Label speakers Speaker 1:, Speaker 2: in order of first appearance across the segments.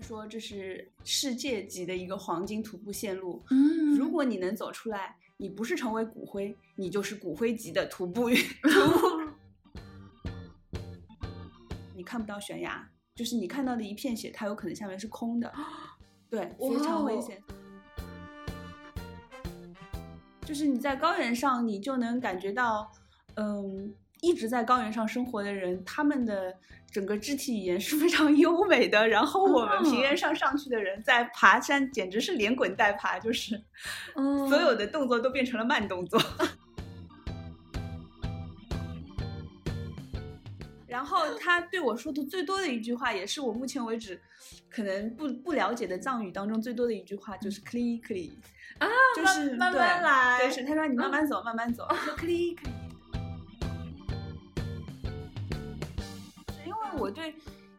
Speaker 1: 说这是世界级的一个黄金徒步线路。
Speaker 2: 嗯
Speaker 1: 如果你能走出来，你不是成为骨灰，你就是骨灰级的徒步 徒步。你看不到悬崖，就是你看到的一片血，它有可能下面是空的，对，非
Speaker 2: 哇哦
Speaker 1: 常危险。就是你在高原上，你就能感觉到，嗯，一直在高原上生活的人，他们的整个肢体语言是非常优美的。然后我们
Speaker 2: 嗯
Speaker 1: 平原上上去的人，在爬山简直是连滚带爬，就是
Speaker 2: 嗯
Speaker 1: 所有的动作都变成了慢动作。 然后他对我说的最多的一句话，也是我目前为止可能不不了解的藏语当中最多的一句话，就是 “cli cli”，
Speaker 2: 啊，
Speaker 1: 就是
Speaker 2: 慢慢慢
Speaker 1: 对
Speaker 2: 来，
Speaker 1: 对，是嗯哦他说你慢慢走，慢慢走，就 click click。因为我对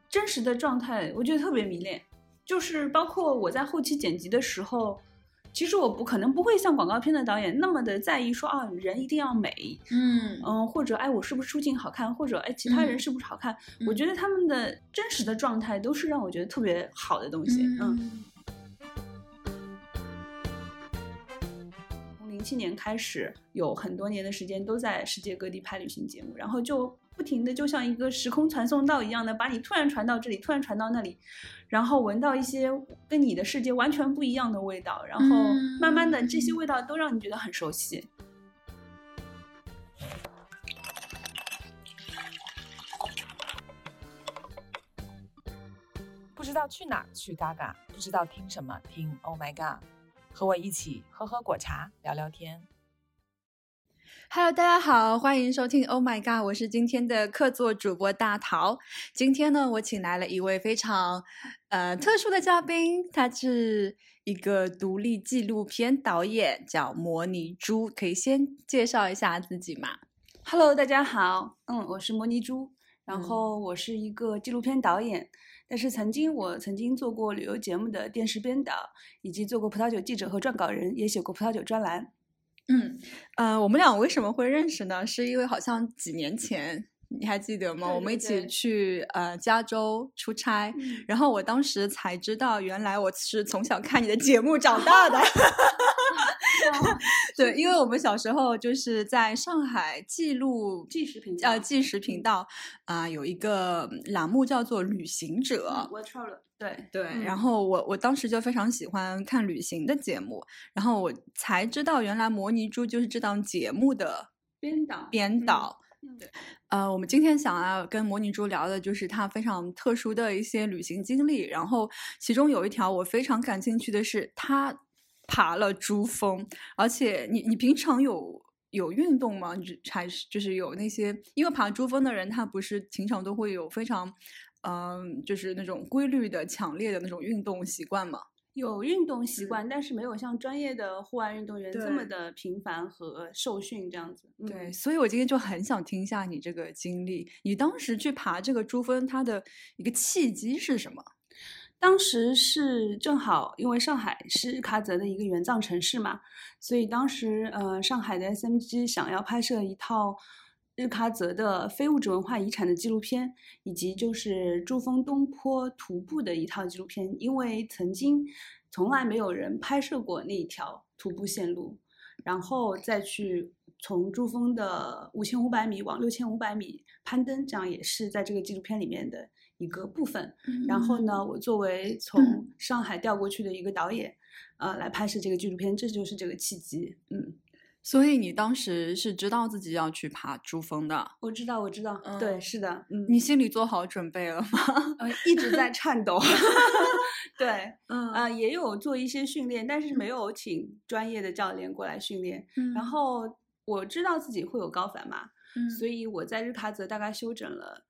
Speaker 1: 真实的状态，我觉得特别迷恋，就是包括我在后期剪辑的时候，其实我不可能不会像广告片的导演那么的在意说啊，人一定要美，
Speaker 2: 嗯
Speaker 1: 嗯，或者哎我是不是出镜好看，或者哎其他人
Speaker 2: 嗯
Speaker 1: 是不是好看，
Speaker 2: 嗯
Speaker 1: 我觉得他们的真实的状态都是让我觉得特别好的东西，嗯从零七年开始，有很多年的时间都在世界各地拍旅行节目，然后就不停的就像一个时空传送到一样的，把你突然传到这里，突然传到那里，然后闻到一些跟你的世界完全不一样的味道，然后
Speaker 2: 嗯
Speaker 1: 慢慢的这些味道都让你觉得很熟悉。
Speaker 3: 不知道去哪儿去嘎嘎，不知道听什么听 Oh My God，和我一起喝喝果茶，聊聊天。
Speaker 2: Hello，大家好，欢迎收听 Oh My God，我是今天的客座主播大桃。今天呢，我请来了一位非常呃特殊的嘉宾，他是一个独立纪录片导演，叫摩尼猪。可以先介绍一下自己吗？
Speaker 1: Hello，大家好，嗯，我是摩尼猪，然
Speaker 2: 嗯
Speaker 1: 后我是一个纪录片导演，但是曾经我曾经做过旅游节目的电视编导，以及做过葡萄酒记者和撰稿人，也写过葡萄酒专栏。
Speaker 2: 嗯，呃，我们俩为什么会认识呢？是因为好像几年前，你还记得吗？
Speaker 1: 对
Speaker 2: 我们
Speaker 1: 对
Speaker 2: 一起
Speaker 1: 对嗯
Speaker 2: 去呃加州出差，然后我当时才知道，原来我是从小看你的节目长 大的。对，因为我们小时候就是在上海记录
Speaker 1: 纪实频
Speaker 2: 呃
Speaker 1: 道
Speaker 2: 纪实频道啊、有一个栏目叫做《旅行者》。
Speaker 1: 我 t r a 对
Speaker 2: 对，
Speaker 1: 嗯
Speaker 2: 然后我我当时就非常喜欢看旅行的节目，然后我才知道原来摩尼猪就是这档节目的
Speaker 1: 编导
Speaker 2: 编
Speaker 1: 嗯
Speaker 2: 导。
Speaker 1: 嗯对
Speaker 2: 呃，我们今天想要跟摩尼猪聊的就是他非常特殊的一些旅行经历，然后其中有一条我非常感兴趣的是他爬了珠峰，而且你你平常有有运动吗？你只还是就是有那些，因为爬珠峰的人他不是平常都会有非常。嗯，就是那种规律的、强烈的那种运动习惯嘛。
Speaker 1: 有运动习
Speaker 2: 嗯
Speaker 1: 惯，但是没有像专业的户外运动员这
Speaker 2: 对
Speaker 1: 么的频繁和受训这样子。嗯
Speaker 2: 对，，所以我今天就很想听一下你这个经历。你当时去爬这个珠峰，它的一个契机是什么？
Speaker 1: 当时是正好因为上海是日喀则的一个援藏城市嘛，所以当时呃上海的 SMG 想要拍摄一套日喀则的非物质文化遗产的纪录片，以及就是珠峰东坡徒步的一套纪录片，因为曾经从来没有人拍摄过那一条徒步线路，然后再去从珠峰的五千五百米往六千五百米攀登，这样也是在这个纪录片里面的一个部分。然后呢，我作为从上海调过去的一个导演，呃，来拍摄这个纪录片，这就是这个契机。嗯，
Speaker 2: 所以你当时是知道自己要去爬珠峰的，
Speaker 1: 我知道，我知道，
Speaker 2: 嗯
Speaker 1: 对，是的，嗯，
Speaker 2: 你心里做好准备了吗？
Speaker 1: 呃一直在颤 抖，对，
Speaker 2: 嗯
Speaker 1: 啊、也有做一些训练，但是没有请专业的教练过来训练。然后我知道自己会有高反嘛，所
Speaker 2: 以
Speaker 1: 以我在日喀则大概休整了，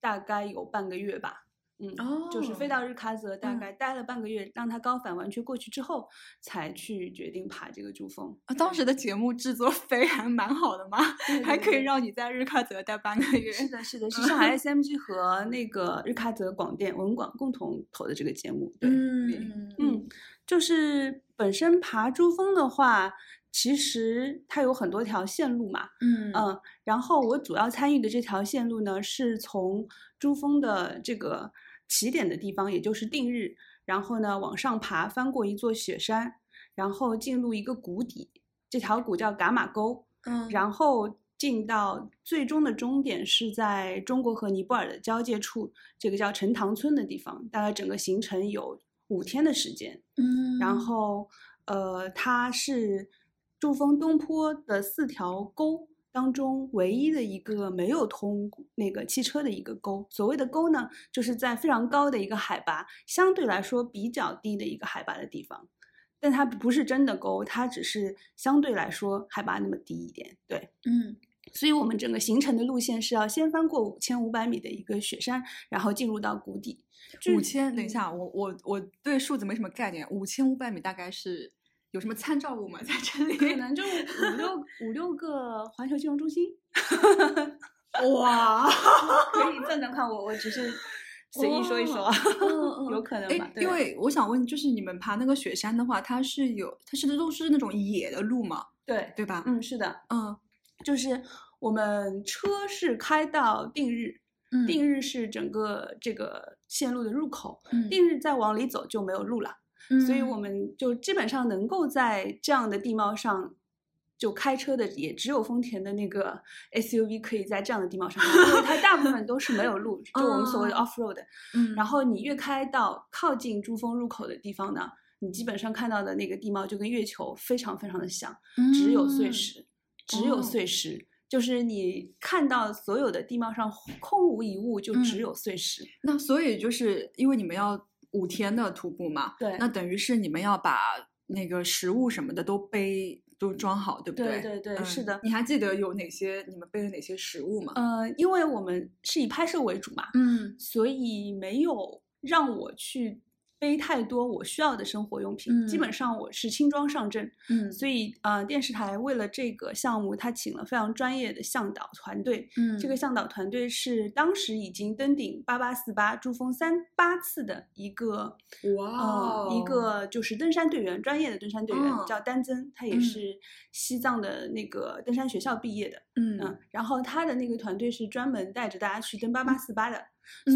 Speaker 1: 大概有半个月吧。嗯，就是飞
Speaker 2: 哦
Speaker 1: 到日喀则，大
Speaker 2: 嗯
Speaker 1: 概待了半个月，让它高反完全过去之后，才去决定爬这个珠峰。
Speaker 2: 当时的节目制作费还蛮好的嘛，
Speaker 1: 对
Speaker 2: 还
Speaker 1: 对
Speaker 2: 可以
Speaker 1: 对
Speaker 2: 让你在日喀则 待半个月。
Speaker 1: 是的，是的，是 上海 SMG 和那个日喀则广电文广共同投的这个节目。对，
Speaker 2: 嗯嗯
Speaker 1: 嗯，就是本身爬珠峰的话，其实它有很多条线路嘛，
Speaker 2: 嗯
Speaker 1: 嗯，然后我主要参与的这条线路呢，是从珠峰的这个起点的地方，也就是定日，然后呢往上爬，翻过一座雪山，然后进入一个谷底，这条谷叫噶玛沟，
Speaker 2: 嗯
Speaker 1: 然后进到最终的终点是在中国和尼泊尔的交界处，这个叫陈塘村的地方，大概整个行程有五天的时间。
Speaker 2: 嗯
Speaker 1: 然后呃，它是珠峰东坡的四条沟当中唯一的一个没有通那个汽车的一个沟。所谓的沟呢，就是在非常高的一个海拔，相对来说比较低的一个海拔的地方。但它不是真的沟，它只是相对来说海拔那么低一点。对，
Speaker 2: 嗯
Speaker 1: 所以我们整个行程的路线是要先翻过五千五百米的一个雪山，然后进入到谷底。
Speaker 2: 五
Speaker 1: 具
Speaker 2: 千，等一
Speaker 1: 嗯
Speaker 2: 下，我我我对数字没什么概念，五千五百米大概是有什么参照物吗？在这里？
Speaker 1: 可能就五六五六个环球金融中心，
Speaker 2: 哇，
Speaker 1: 可以这能看我，我只 是随意说一说啊，
Speaker 2: 嗯
Speaker 1: 有可能吧
Speaker 2: 哎？，
Speaker 1: 对
Speaker 2: 因为我想问，就是你们爬那个雪山的话，它是有，它是都是那种野的路嘛，
Speaker 1: 对，
Speaker 2: 对吧？
Speaker 1: 嗯，是的，
Speaker 2: 嗯
Speaker 1: 就是我们车是开到定日，
Speaker 2: 嗯
Speaker 1: 定日是整个这个线路的入口，
Speaker 2: 嗯
Speaker 1: 定日再往里走就没有路了，所以我们就基本上能够在这样的地貌上。就开车的也只有丰田的那个 SUV 可以在这样的地貌上开，因为它大部分都是没有路， 就我们所谓的
Speaker 2: 哦
Speaker 1: off road。
Speaker 2: 嗯，
Speaker 1: 然后你越开到靠近珠峰入口的地方呢，你基本上看到的那个地貌就跟月球非常非常的像，只有碎
Speaker 2: 嗯，
Speaker 1: 石，只有
Speaker 2: 哦
Speaker 1: 碎石，就是你看到所有的地貌上空无一物，就只
Speaker 2: 嗯
Speaker 1: 有碎石。
Speaker 2: 那所以就是因为你们要五天的徒步嘛，
Speaker 1: 对
Speaker 2: 那等于是你们要把那个食物什么的都背都装好，对不
Speaker 1: 对
Speaker 2: 对
Speaker 1: 对对，是
Speaker 2: 嗯
Speaker 1: 的。
Speaker 2: 你还记得有哪些你们背了哪些食物吗？
Speaker 1: 呃，因为我们是以拍摄为主嘛，
Speaker 2: 嗯
Speaker 1: 所以没有让我去背太多我需要的生活用品。基
Speaker 2: 嗯
Speaker 1: 本上我是轻装上阵，
Speaker 2: 嗯
Speaker 1: 所以呃，电视台为了这个项目，他请了非常专业的向导团队，
Speaker 2: 嗯
Speaker 1: 这个向导团队是当时已经登顶八八四八珠峰三八次的一个
Speaker 2: 哇
Speaker 1: 呃一
Speaker 2: 哦
Speaker 1: 个就是登山队员，专业的登山队员、
Speaker 2: 嗯
Speaker 1: 叫丹增，他也
Speaker 2: 嗯
Speaker 1: 是西藏的那个登山学校毕业的，
Speaker 2: 嗯
Speaker 1: 嗯，然后他的那个团队是专门带着大家去登八八四八的，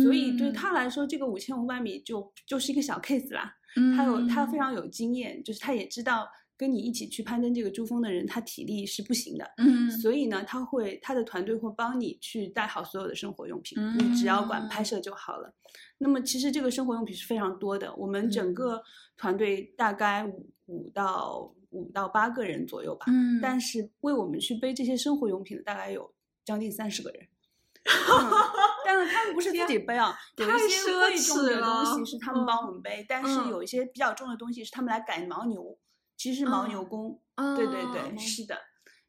Speaker 1: 所以对
Speaker 2: 嗯
Speaker 1: 他来说，这个五千五百米就就是一个小 case 啦，他有他
Speaker 2: 嗯
Speaker 1: 非常有经验，就是他也知道。跟你一起去攀登这个珠峰的人，他体力是不行的，
Speaker 2: 嗯
Speaker 1: 所以呢，他会他的团队会帮你去带好所有的生活用品，你只要管拍
Speaker 2: 嗯
Speaker 1: 摄就好了。那么其实这个生活用品是非常多的，我们整
Speaker 2: 嗯
Speaker 1: 个团队大概五五到五到八个人左右吧，
Speaker 2: 嗯
Speaker 1: 但是为我们去背这些生活用品的大概有将近三十 个人。嗯但是他们不是自己背啊，有
Speaker 2: 太
Speaker 1: 一些
Speaker 2: 奢
Speaker 1: 贵重的
Speaker 2: 侈
Speaker 1: 东
Speaker 2: 了
Speaker 1: 西是他们帮我们背，但是
Speaker 2: 嗯
Speaker 1: 有一些比较重的东西是他们来赶牦牛，其实是牦牛
Speaker 2: 嗯
Speaker 1: 工，
Speaker 2: 啊
Speaker 1: 对对对，
Speaker 2: 嗯
Speaker 1: 是的，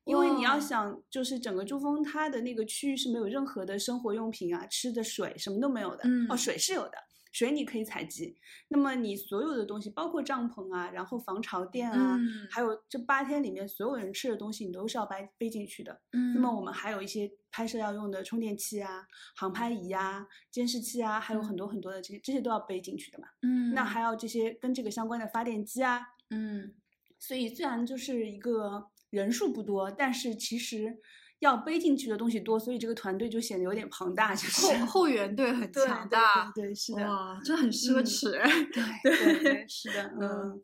Speaker 1: 因为你要
Speaker 2: 哇
Speaker 1: 想，就是整个珠峰它的那个区域是没有任何的生活用品啊、吃的、水什么都没有的。哦，
Speaker 2: 嗯
Speaker 1: 水是有的，水你可以采集。那么你所有的东西，包括帐篷啊，然后防潮垫啊，
Speaker 2: 嗯
Speaker 1: 还有这八天里面所有人吃的东西，你都是要背背进去的。
Speaker 2: 嗯
Speaker 1: 那么我们还有一些拍摄要用的充电器啊、航拍仪啊、监视器啊，还有很多很多的这些，这些都要背进去的嘛。
Speaker 2: 嗯
Speaker 1: 那还有这些跟这个相关的发电机啊，
Speaker 2: 嗯
Speaker 1: 所以虽然就是一个人数不多，但是其实要背进去的东西多，所以这个团队就显得有点庞大，就是
Speaker 2: 后后援队很
Speaker 1: 对
Speaker 2: 强
Speaker 1: 对
Speaker 2: 大，哦
Speaker 1: 对对，是的，
Speaker 2: 哇，真的很奢
Speaker 1: 嗯
Speaker 2: 侈。
Speaker 1: 对对对，是的，嗯
Speaker 2: 嗯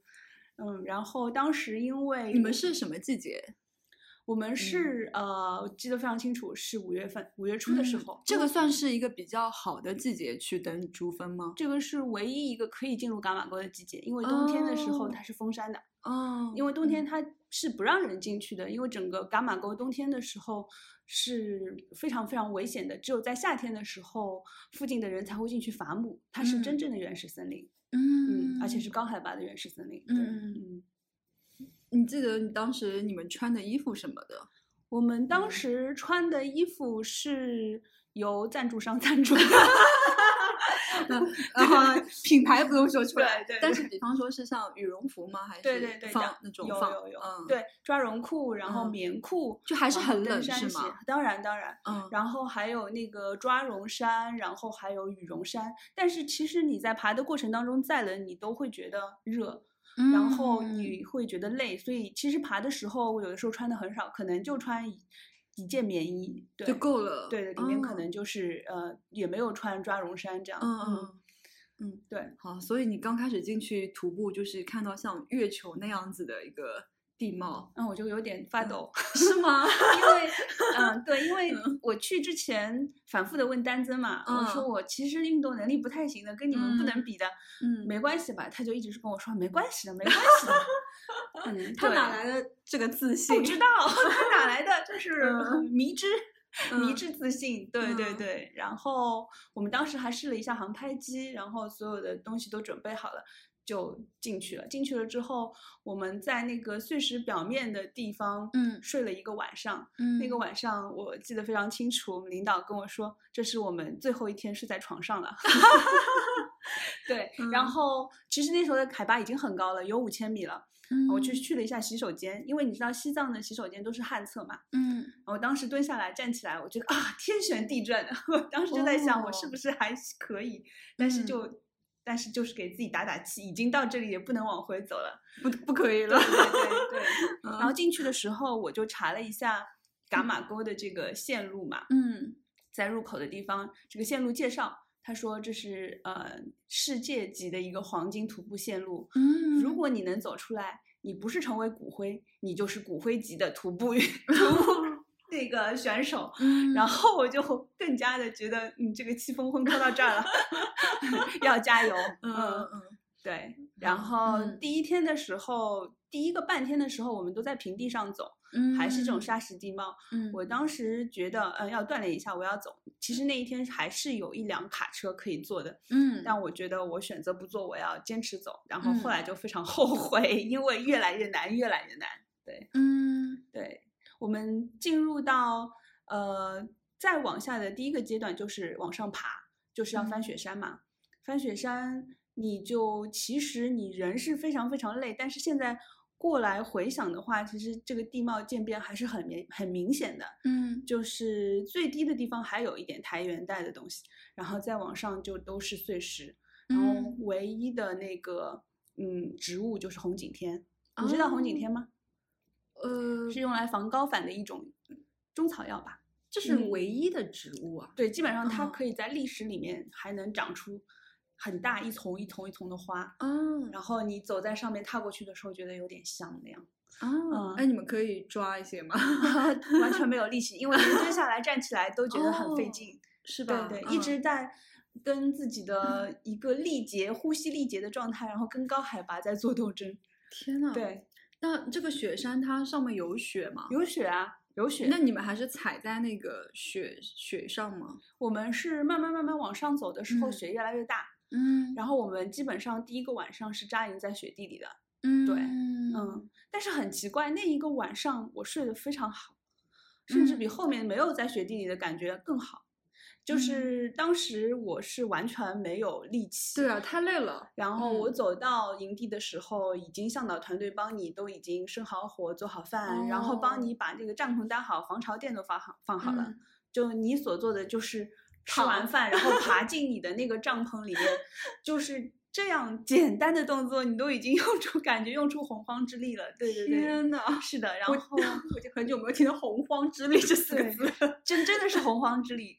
Speaker 1: 嗯。然后当时因为
Speaker 2: 你们是什么季节？
Speaker 1: 我们
Speaker 2: 嗯
Speaker 1: 是、呃，我记得非常清楚，是五月份五月初的时
Speaker 2: 嗯
Speaker 1: 候，
Speaker 2: 这个算是一个比较好的季节去登珠峰吗？
Speaker 1: 这个是唯一一个可以进入伽马沟的季节，因为冬天的时候
Speaker 2: 哦
Speaker 1: 它是封山的。
Speaker 2: 哦，
Speaker 1: 因为冬天
Speaker 2: 嗯
Speaker 1: 它是不让人进去的，因为整个伽马沟冬天的时候是非常非常危险的，只有在夏天的时候，附近的人才会进去伐木，它是真
Speaker 2: 嗯
Speaker 1: 正的原始森林，
Speaker 2: 嗯，
Speaker 1: 而且是高海拔的原始森林。对
Speaker 2: 嗯嗯
Speaker 1: 嗯，
Speaker 2: 你记得你当时你们穿的衣服什么 的？
Speaker 1: 我们当
Speaker 2: 嗯
Speaker 1: 时穿的衣服是由赞助商 赞助的，
Speaker 2: 然后呢品牌不用说出来，
Speaker 1: 对对
Speaker 2: 但
Speaker 1: 对
Speaker 2: 是比方说是像羽绒服吗？还是
Speaker 1: 对对对，
Speaker 2: 放
Speaker 1: 两
Speaker 2: 那种
Speaker 1: 有
Speaker 2: 放
Speaker 1: 有有，
Speaker 2: 嗯，，
Speaker 1: 对抓绒裤，然后
Speaker 2: 嗯
Speaker 1: 棉裤，
Speaker 2: 就还是
Speaker 1: 然后
Speaker 2: 很
Speaker 1: 登
Speaker 2: 冷
Speaker 1: 山
Speaker 2: 是
Speaker 1: 鞋
Speaker 2: 吗？
Speaker 1: 当然当然。
Speaker 2: 嗯，
Speaker 1: 然后还有那个抓绒衫，然后还有羽绒衫。但是其实你在爬的过程当中，再冷你都会觉得热，然后
Speaker 2: 嗯
Speaker 1: 你会觉得累，所以其实爬的时候，我有的时候穿的很少，可能就穿一一件棉衣，对
Speaker 2: 就够了，
Speaker 1: 对的，里面可
Speaker 2: 嗯
Speaker 1: 能就是、呃也没有穿抓绒衫这样。
Speaker 2: 嗯嗯，嗯，
Speaker 1: 对，
Speaker 2: 好，所以你刚开始进去徒步，就是看到像月球那样子的一个地
Speaker 1: 嗯
Speaker 2: 貌，
Speaker 1: 那我就有点
Speaker 2: 嗯
Speaker 1: 发抖，
Speaker 2: 是吗？
Speaker 1: 因为， 嗯，对，因为我去之前反复的问丹增嘛，我说
Speaker 2: 嗯
Speaker 1: 我其实运动能力不太行的，跟你们不能
Speaker 2: 嗯
Speaker 1: 比的，
Speaker 2: 嗯，
Speaker 1: 没关系吧？他就一直是跟我说没关系的，没关系的。嗯，
Speaker 2: 他
Speaker 1: 对
Speaker 2: 哪来的这个自信？
Speaker 1: 不知道他哪来的， 就是
Speaker 2: 嗯
Speaker 1: 迷之。迷
Speaker 2: 嗯
Speaker 1: 之自信，对对
Speaker 2: 嗯
Speaker 1: 对。然后我们当时还试了一下航拍机，然后所有的东西都准备好了，就进去了。进去了之后，我们在那个碎石表面的地方，
Speaker 2: 嗯
Speaker 1: 睡了一个晚上。
Speaker 2: 嗯，
Speaker 1: 那个晚上我记得非常清楚，我们领导跟我说，这是我们最后一天睡在床上了。 对，然
Speaker 2: 嗯
Speaker 1: 后其实那时候的海拔已经很高了，有五千米了。
Speaker 2: 嗯，
Speaker 1: 我去去了一下洗手间，因为你知道西藏的洗手间都是旱厕嘛。
Speaker 2: 嗯，
Speaker 1: 然后当时蹲下来站起来，我觉得啊，天旋地转。我 当时就在想，我是
Speaker 2: 哦
Speaker 1: 不是还可以？但是
Speaker 2: 嗯
Speaker 1: 就、但是就是给自己打打气，已经到这里也不能往回走了。
Speaker 2: 不不可以了
Speaker 1: 对，对 对。然后
Speaker 2: 嗯
Speaker 1: 进去的时候，我就查了一下噶玛沟的这个线路嘛，
Speaker 2: 嗯
Speaker 1: 在入口的地方这个线路介绍，他说这是呃世界级的一个黄金徒步线路。
Speaker 2: 嗯，
Speaker 1: 如果你能走出来，你不是成为骨灰，你就是骨灰级的徒 步运徒步那个选手。
Speaker 2: 嗯，
Speaker 1: 然后我就更加的觉得，嗯，这个气氛烘托到这 儿了，要加油。
Speaker 2: 嗯
Speaker 1: 嗯，
Speaker 2: 嗯
Speaker 1: 对。然后
Speaker 2: 嗯
Speaker 1: 第一天的时候，第一个半天的时候，我们都在平地上走，
Speaker 2: 嗯，
Speaker 1: 还是这种
Speaker 2: 嗯，
Speaker 1: 沙石地貌。
Speaker 2: 嗯，
Speaker 1: 我当时觉得，嗯，要锻炼一下，我要走。其实那一天还是有一辆卡车可以坐的，
Speaker 2: 嗯，
Speaker 1: 但我觉得我选择不做，我要坚持走。然后
Speaker 2: 嗯
Speaker 1: 后来就非常后悔，因为越来越难，越来越难。
Speaker 2: 嗯
Speaker 1: 对我们进入到呃再往下的第一个阶段就是往上爬，就是要
Speaker 2: 嗯
Speaker 1: 翻雪山嘛。翻雪山，你就其实你人是非常非常累，但是现在过来回想的话，其实这个地貌渐变还是很明很明显的。
Speaker 2: 嗯
Speaker 1: 就是最低的地方还有一点苔原带的东西，然后再往上就都是碎石，然后
Speaker 2: 嗯
Speaker 1: 唯一的那个嗯植物就是红景天，你知道红景
Speaker 2: 哦
Speaker 1: 天吗？
Speaker 2: 呃，
Speaker 1: 是用来防高反的一种中草药吧？
Speaker 2: 这是
Speaker 1: 嗯
Speaker 2: 唯一的植物啊，
Speaker 1: 对，基本上它
Speaker 2: 哦
Speaker 1: 可以在砾石里面还能长出很大一丛一丛一丛的花，
Speaker 2: 哦
Speaker 1: 然后你走在上面踏过去的时候，觉得有点香那样。嗯，
Speaker 2: 哦哎，你们可以抓一些吗？
Speaker 1: 完全没有力气，因为你蹲下来、站起来都觉得很费
Speaker 2: 哦
Speaker 1: 劲，
Speaker 2: 是吧？
Speaker 1: 对对，一
Speaker 2: 嗯
Speaker 1: 直在跟自己的一个力竭、呼吸力竭的状态，然后跟高海拔在做斗争。
Speaker 2: 天呐，，
Speaker 1: 对，
Speaker 2: 那这个雪山它上面有雪吗？
Speaker 1: 有雪啊，有雪。
Speaker 2: 那你们还是踩在那个雪雪上吗？
Speaker 1: 我们是慢慢慢慢往上走的时候，
Speaker 2: 嗯
Speaker 1: 雪越来越大，
Speaker 2: 嗯
Speaker 1: 然后我们基本上第一个晚上是扎营在雪地里的，
Speaker 2: 嗯
Speaker 1: 对
Speaker 2: 嗯
Speaker 1: 嗯，但是很奇怪，那一个晚上我睡得非常好，甚至比
Speaker 2: 嗯
Speaker 1: 后面没有在雪地里的感觉更好。就是当时我是完全没有力气，
Speaker 2: 对啊，太累了。
Speaker 1: 然后我
Speaker 2: 嗯
Speaker 1: 走到营地的时候，已经向导团队帮你都已经生好火、做好饭，然后帮
Speaker 2: 哦
Speaker 1: 你把这个帐篷搭好、防潮垫都放好放好了。
Speaker 2: 嗯
Speaker 1: 就你所做的就是吃完
Speaker 2: 躺
Speaker 1: 饭，然后爬进你的那个帐篷里 面，就是这样简单的动作，你都已经用出感觉用出洪荒之力了。对对对，
Speaker 2: 天呐，
Speaker 1: 是的。然
Speaker 2: 我
Speaker 1: 后
Speaker 2: 我就很久没有听到“洪荒之力”这四个
Speaker 1: 对
Speaker 2: 字。
Speaker 1: 真真的是洪荒之 力，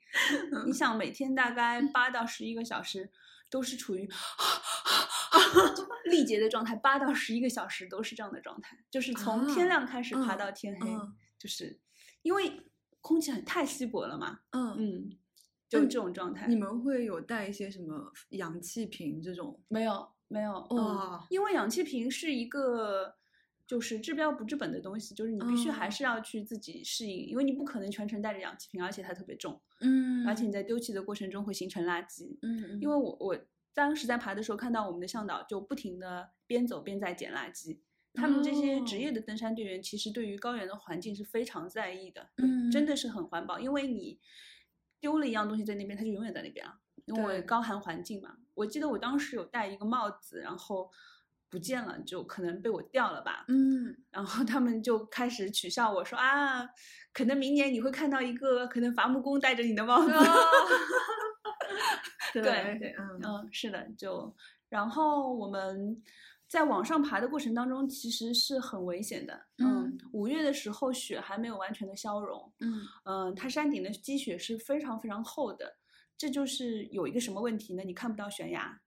Speaker 2: 嗯
Speaker 1: 你想每天大概八到十一个小时。都是处于 力竭的状态，八到十一个小时都是这样的状态，就是从天
Speaker 2: 啊
Speaker 1: 亮开始爬
Speaker 2: 嗯
Speaker 1: 到天黑，
Speaker 2: 嗯
Speaker 1: 就是因为空气很太稀薄了嘛，
Speaker 2: 嗯，
Speaker 1: 嗯，就
Speaker 2: 那
Speaker 1: 这种状态。
Speaker 2: 你们会有带一些什么氧气瓶这种？
Speaker 1: 没有没有嗯
Speaker 2: 哇，
Speaker 1: 因为氧气瓶是一个就是治标不治本的东西，就是你必须还
Speaker 2: 嗯
Speaker 1: 是要去自己适应，因为你不可能全程带着氧气瓶，而且它特别重，
Speaker 2: 嗯
Speaker 1: 而且你在丢弃的过程中会形成垃圾。
Speaker 2: 嗯，
Speaker 1: 因为我我当时在爬的时候看到我们的向导就不停的边走边在捡垃圾。他们这些职
Speaker 2: 哦
Speaker 1: 业的登山队员，其实对于高原的环境是非常在意的，
Speaker 2: 嗯
Speaker 1: 真的是很环保。因为你丢了一样东西在那边，它就永远在那边啊。因为
Speaker 2: 对
Speaker 1: 高寒环境嘛，我记得我当时有戴一个帽子，然后不见了，就可能被我掉了吧。
Speaker 2: 嗯
Speaker 1: 然后他们就开始取笑我说啊，可能明年你会看到一个可能伐木工戴着你的帽子。
Speaker 2: 对
Speaker 1: 对
Speaker 2: 对嗯
Speaker 1: 嗯，是的，就然后我们在往上爬的过程当中，其实是很危险的。
Speaker 2: 嗯，
Speaker 1: 五月的时候雪还没有完全的消融，
Speaker 2: 嗯
Speaker 1: 嗯，它山顶的积雪是非常非常厚的，这就是有一个什么问题呢？你看不到悬崖，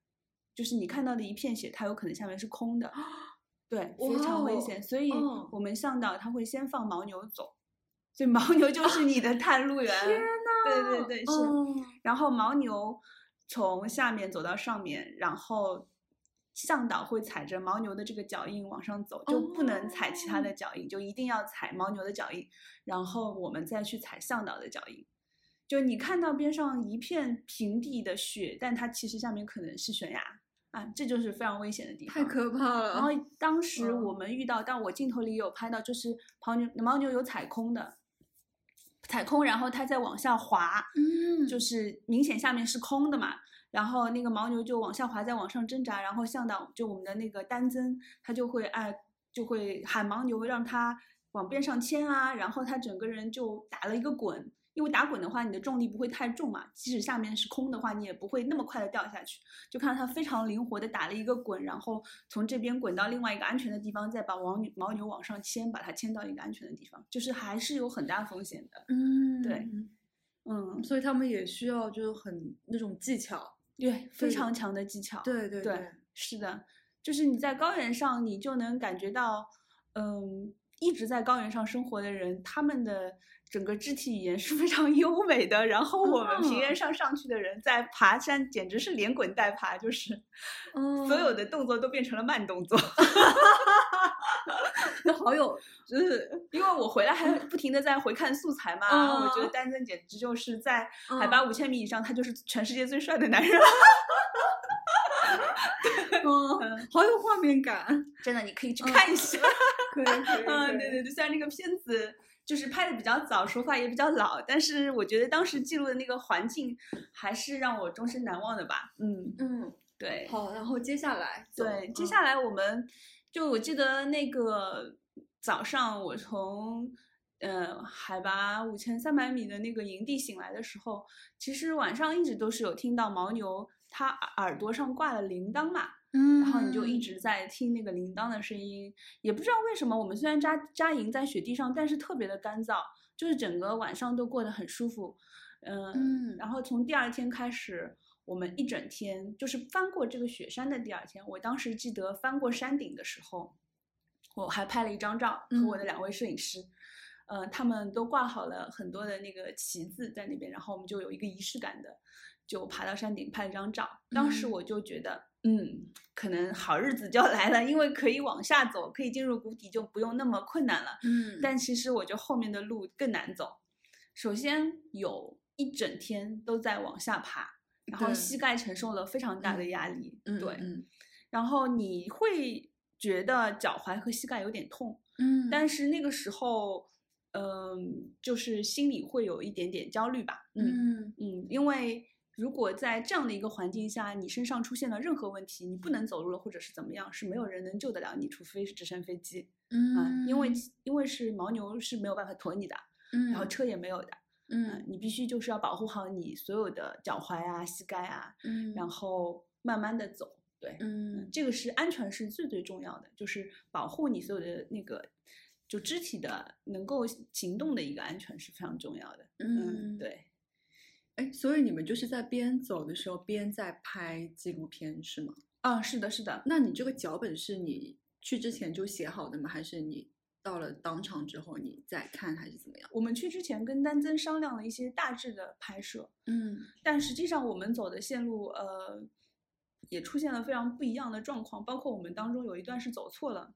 Speaker 1: 就是你看到的一片血，它有可能下面是空的，对，非常
Speaker 2: 啊哇
Speaker 1: 危
Speaker 2: 哦
Speaker 1: 险。所以
Speaker 2: 嗯
Speaker 1: 我们向导他会先放牦牛走，所以牦牛就是你的探路员。对对对，是。嗯
Speaker 2: 哦
Speaker 1: 然后牦牛从下面走到上面，然后向导会踩着牦牛的这个脚印往上走，就不能踩其
Speaker 2: 哦
Speaker 1: 他的脚印，就一定要踩牦牛的脚印，然后我们再去踩向导的脚印。就你看到边上一片平地的雪，但它其实下面可能是悬崖啊，这就是非常危险的地
Speaker 2: 太
Speaker 1: 方。
Speaker 2: 可怕了。
Speaker 1: 然后当时
Speaker 3: 嗯
Speaker 1: 我们遇到，但我镜头里有拍到，就是牦牛牦牛有踩空的，踩空，然后它再往下滑，
Speaker 2: 嗯，
Speaker 1: 就是明显下面是空的嘛，然后那个牦牛就往下滑，再往上挣扎，然后向导就我们的那个丹增，他就会哎就会喊牦牛让它往边上牵啊，然后它整个人就打了一个滚，因为打滚的话你的重力不会太重嘛，即使下面是空的话你也不会那么快的掉下去，就看到它非常灵活的打了一个滚，然后从这边滚到另外一个安全的地方，再把牦牛牦牛往上牵，把它牵到一个安全的地方，就是还是有很大风险的，
Speaker 2: 嗯，
Speaker 1: 对嗯，
Speaker 2: 所以他们也需要就是很那种技巧。
Speaker 1: 对，非
Speaker 2: 对
Speaker 1: 常强的技巧，
Speaker 2: 对对
Speaker 1: 对是的，就是你在高原上，你就能感觉到，嗯，一直在高原上生活的人，他们的整个肢体语言是非常优美的。然后我们平
Speaker 2: 哦
Speaker 1: 原上上去的人，在爬山简直是连滚带爬，就是
Speaker 2: 嗯，
Speaker 1: 所有的动作都变成了慢动作。
Speaker 2: 好有
Speaker 1: 就是因为我回来
Speaker 2: 嗯
Speaker 1: 还不停的在回看素材嘛，然后我觉得
Speaker 2: 哦
Speaker 1: 丹增简直就是在海拔
Speaker 2: 嗯
Speaker 1: 五千米以上，他就是全世界最帅的男人。
Speaker 2: 嗯，好有画面感。
Speaker 1: 真的，你可以去
Speaker 2: 嗯
Speaker 1: 看一下。
Speaker 2: 可 以可以
Speaker 1: 嗯，对对对，虽然那个片子就是拍的比较早，手法也比较老，但是我觉得当时记录的那个环境还是让我终身难忘的吧。嗯，
Speaker 2: 嗯，
Speaker 1: 对
Speaker 2: 好，然后接下来走
Speaker 1: 对，接
Speaker 2: 嗯
Speaker 1: 下来我们就我记得那个早上我从。呃，海拔五千三百米的那个营地醒来的时候，其实晚上一直都是有听到牦牛它耳朵上挂了铃铛嘛，
Speaker 2: 嗯，
Speaker 1: 然后你就一直在听那个铃铛的声音，也不知道为什么，我们虽然扎扎营在雪地上，但是特别的干燥，就是整个晚上都过得很舒服，嗯，
Speaker 2: 嗯，
Speaker 1: 然后从第二天开始，我们一整天就是翻过这个雪山的第二天，我当时记得翻过山顶的时候，我还拍了一张照，和
Speaker 2: 嗯
Speaker 1: 我的两位摄影师。呃，他们都挂好了很多的那个旗子在那边，然后我们就有一个仪式感的，就爬到山顶拍了张照。当时
Speaker 2: 嗯
Speaker 1: 我就觉得，嗯，可能好日子就要来了，因为可以往下走，可以进入谷底，就不用那么困难了。
Speaker 2: 嗯，
Speaker 1: 但其实我觉得后面的路更难走。首先有一整天都在往下爬，然后
Speaker 2: 对
Speaker 1: 膝盖承受了非常大的
Speaker 2: 嗯
Speaker 1: 压力，
Speaker 2: 嗯
Speaker 1: 对，
Speaker 2: 嗯
Speaker 1: 然后你会觉得脚踝和膝盖有点痛，
Speaker 2: 嗯，
Speaker 1: 但是那个时候，嗯，就是心里会有一点点焦虑吧，
Speaker 2: 嗯
Speaker 1: 嗯，因为如果在这样的一个环境下，你身上出现了任何问题，你不能走路了，或者是怎么样，是没有人能救得了你，除非是直升飞机啊、
Speaker 2: 嗯，
Speaker 1: 因为因为是牦牛是没有办法驮你的，
Speaker 2: 嗯，
Speaker 1: 然后车也没有的，啊
Speaker 2: 嗯
Speaker 1: 你必须就是要保护好你所有的脚踝啊、膝盖啊，
Speaker 2: 嗯，
Speaker 1: 然后慢慢的走，对，嗯
Speaker 2: 嗯
Speaker 1: 这个是安全是最最重要的，就是保护你所有的那个就肢体的能够行动的一个安全是非常重要的，嗯，
Speaker 2: 嗯，
Speaker 1: 对。
Speaker 2: 哎，所以你们就是在边走的时候边在拍纪录片是吗？
Speaker 1: 啊、是的，是的，
Speaker 2: 那你这个脚本是你去之前就写好的吗？还是你到了当场之后你再看，还是怎么样？
Speaker 1: 我们去之前跟丹增商量了一些大致的拍摄，
Speaker 2: 嗯
Speaker 1: 但实际上我们走的线路，呃，也出现了非常不一样的状况，包括我们当中有一段是走错了，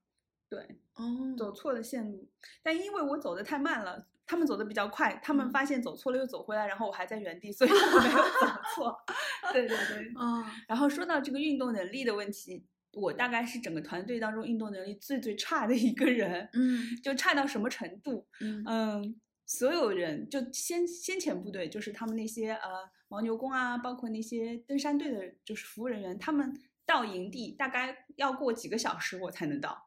Speaker 1: 对，
Speaker 2: 哦，
Speaker 1: 走错了线路。但因为我走的太慢了，他们走的比较快，他们
Speaker 2: 嗯
Speaker 1: 发现走错了又走回来，然后我还在原地，所以我没有走错。 对对对。
Speaker 2: 啊，
Speaker 1: 然后说到这个运动能力的问题，我大概是整个团队当中运动能力最最差的一个人，
Speaker 2: 嗯
Speaker 1: 就差到什么程度？
Speaker 2: 嗯
Speaker 1: 嗯，所有人就先先遣部队，就是他们那些呃牦牛工啊，包括那些登山队的，就是服务人员，他们到营地大概要过几个小时我才能到。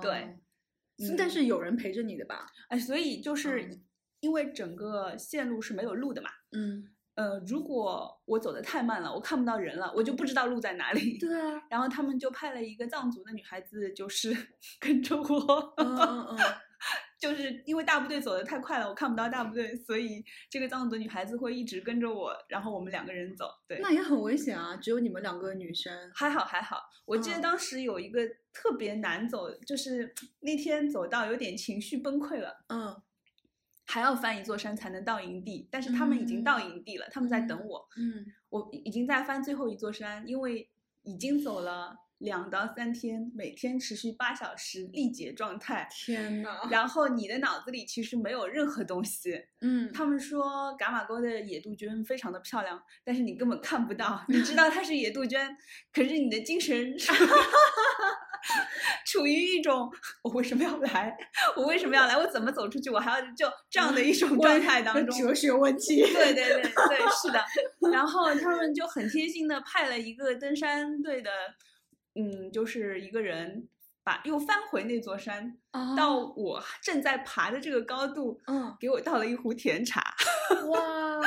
Speaker 1: 呃对
Speaker 2: 是，但
Speaker 1: 嗯
Speaker 2: 是有人陪着你的吧？
Speaker 1: 哎，所以就是
Speaker 2: 嗯
Speaker 1: 因为整个线路是没有路的嘛，
Speaker 2: 嗯，
Speaker 1: 呃，如果我走的太慢了，我看不到人了，我就不知道路在哪里。
Speaker 2: 对 啊，
Speaker 1: 然后他 们就派了一个藏族的女孩子，就是跟着我，
Speaker 2: 嗯嗯嗯，
Speaker 1: 就是因为大部队走的太快了，我看不到大部队，所以这个藏族的女孩子会一直跟着我，然后我们两个人走。对，
Speaker 2: 那也很危险啊，只有你们两个女生。
Speaker 1: 还好还好，我记得
Speaker 2: 嗯
Speaker 1: 当时有一个特别难走，就是那天走到有点情绪崩溃了，
Speaker 2: 嗯
Speaker 1: 还要翻一座山才能到营地，但是他们已经到营地了，他们在等我，
Speaker 2: 嗯，
Speaker 1: 我已经在翻最后一座山，因为已经走了两到三天，每天持续八小时力竭状态。
Speaker 2: 天呐，
Speaker 1: 然后你的脑子里其实没有任何东西。
Speaker 2: 嗯，
Speaker 1: 他们说噶玛沟的野杜鹃非常的漂亮，但是你根本看不到，你知道它是野杜鹃，可是你 的精神处于处于一种我为什么要来，我为什么要来，我怎么走出去，我还要就这样的一种状态当中。
Speaker 2: 哲学问 题。
Speaker 1: 对对对对，是的。然后他们就很贴心的派了一个登山队的，嗯，就是一个人把又翻回那座山，
Speaker 2: 啊
Speaker 1: 到我正在爬的这个高度，
Speaker 2: 嗯，
Speaker 1: 给我倒了一壶甜茶。
Speaker 2: 哇，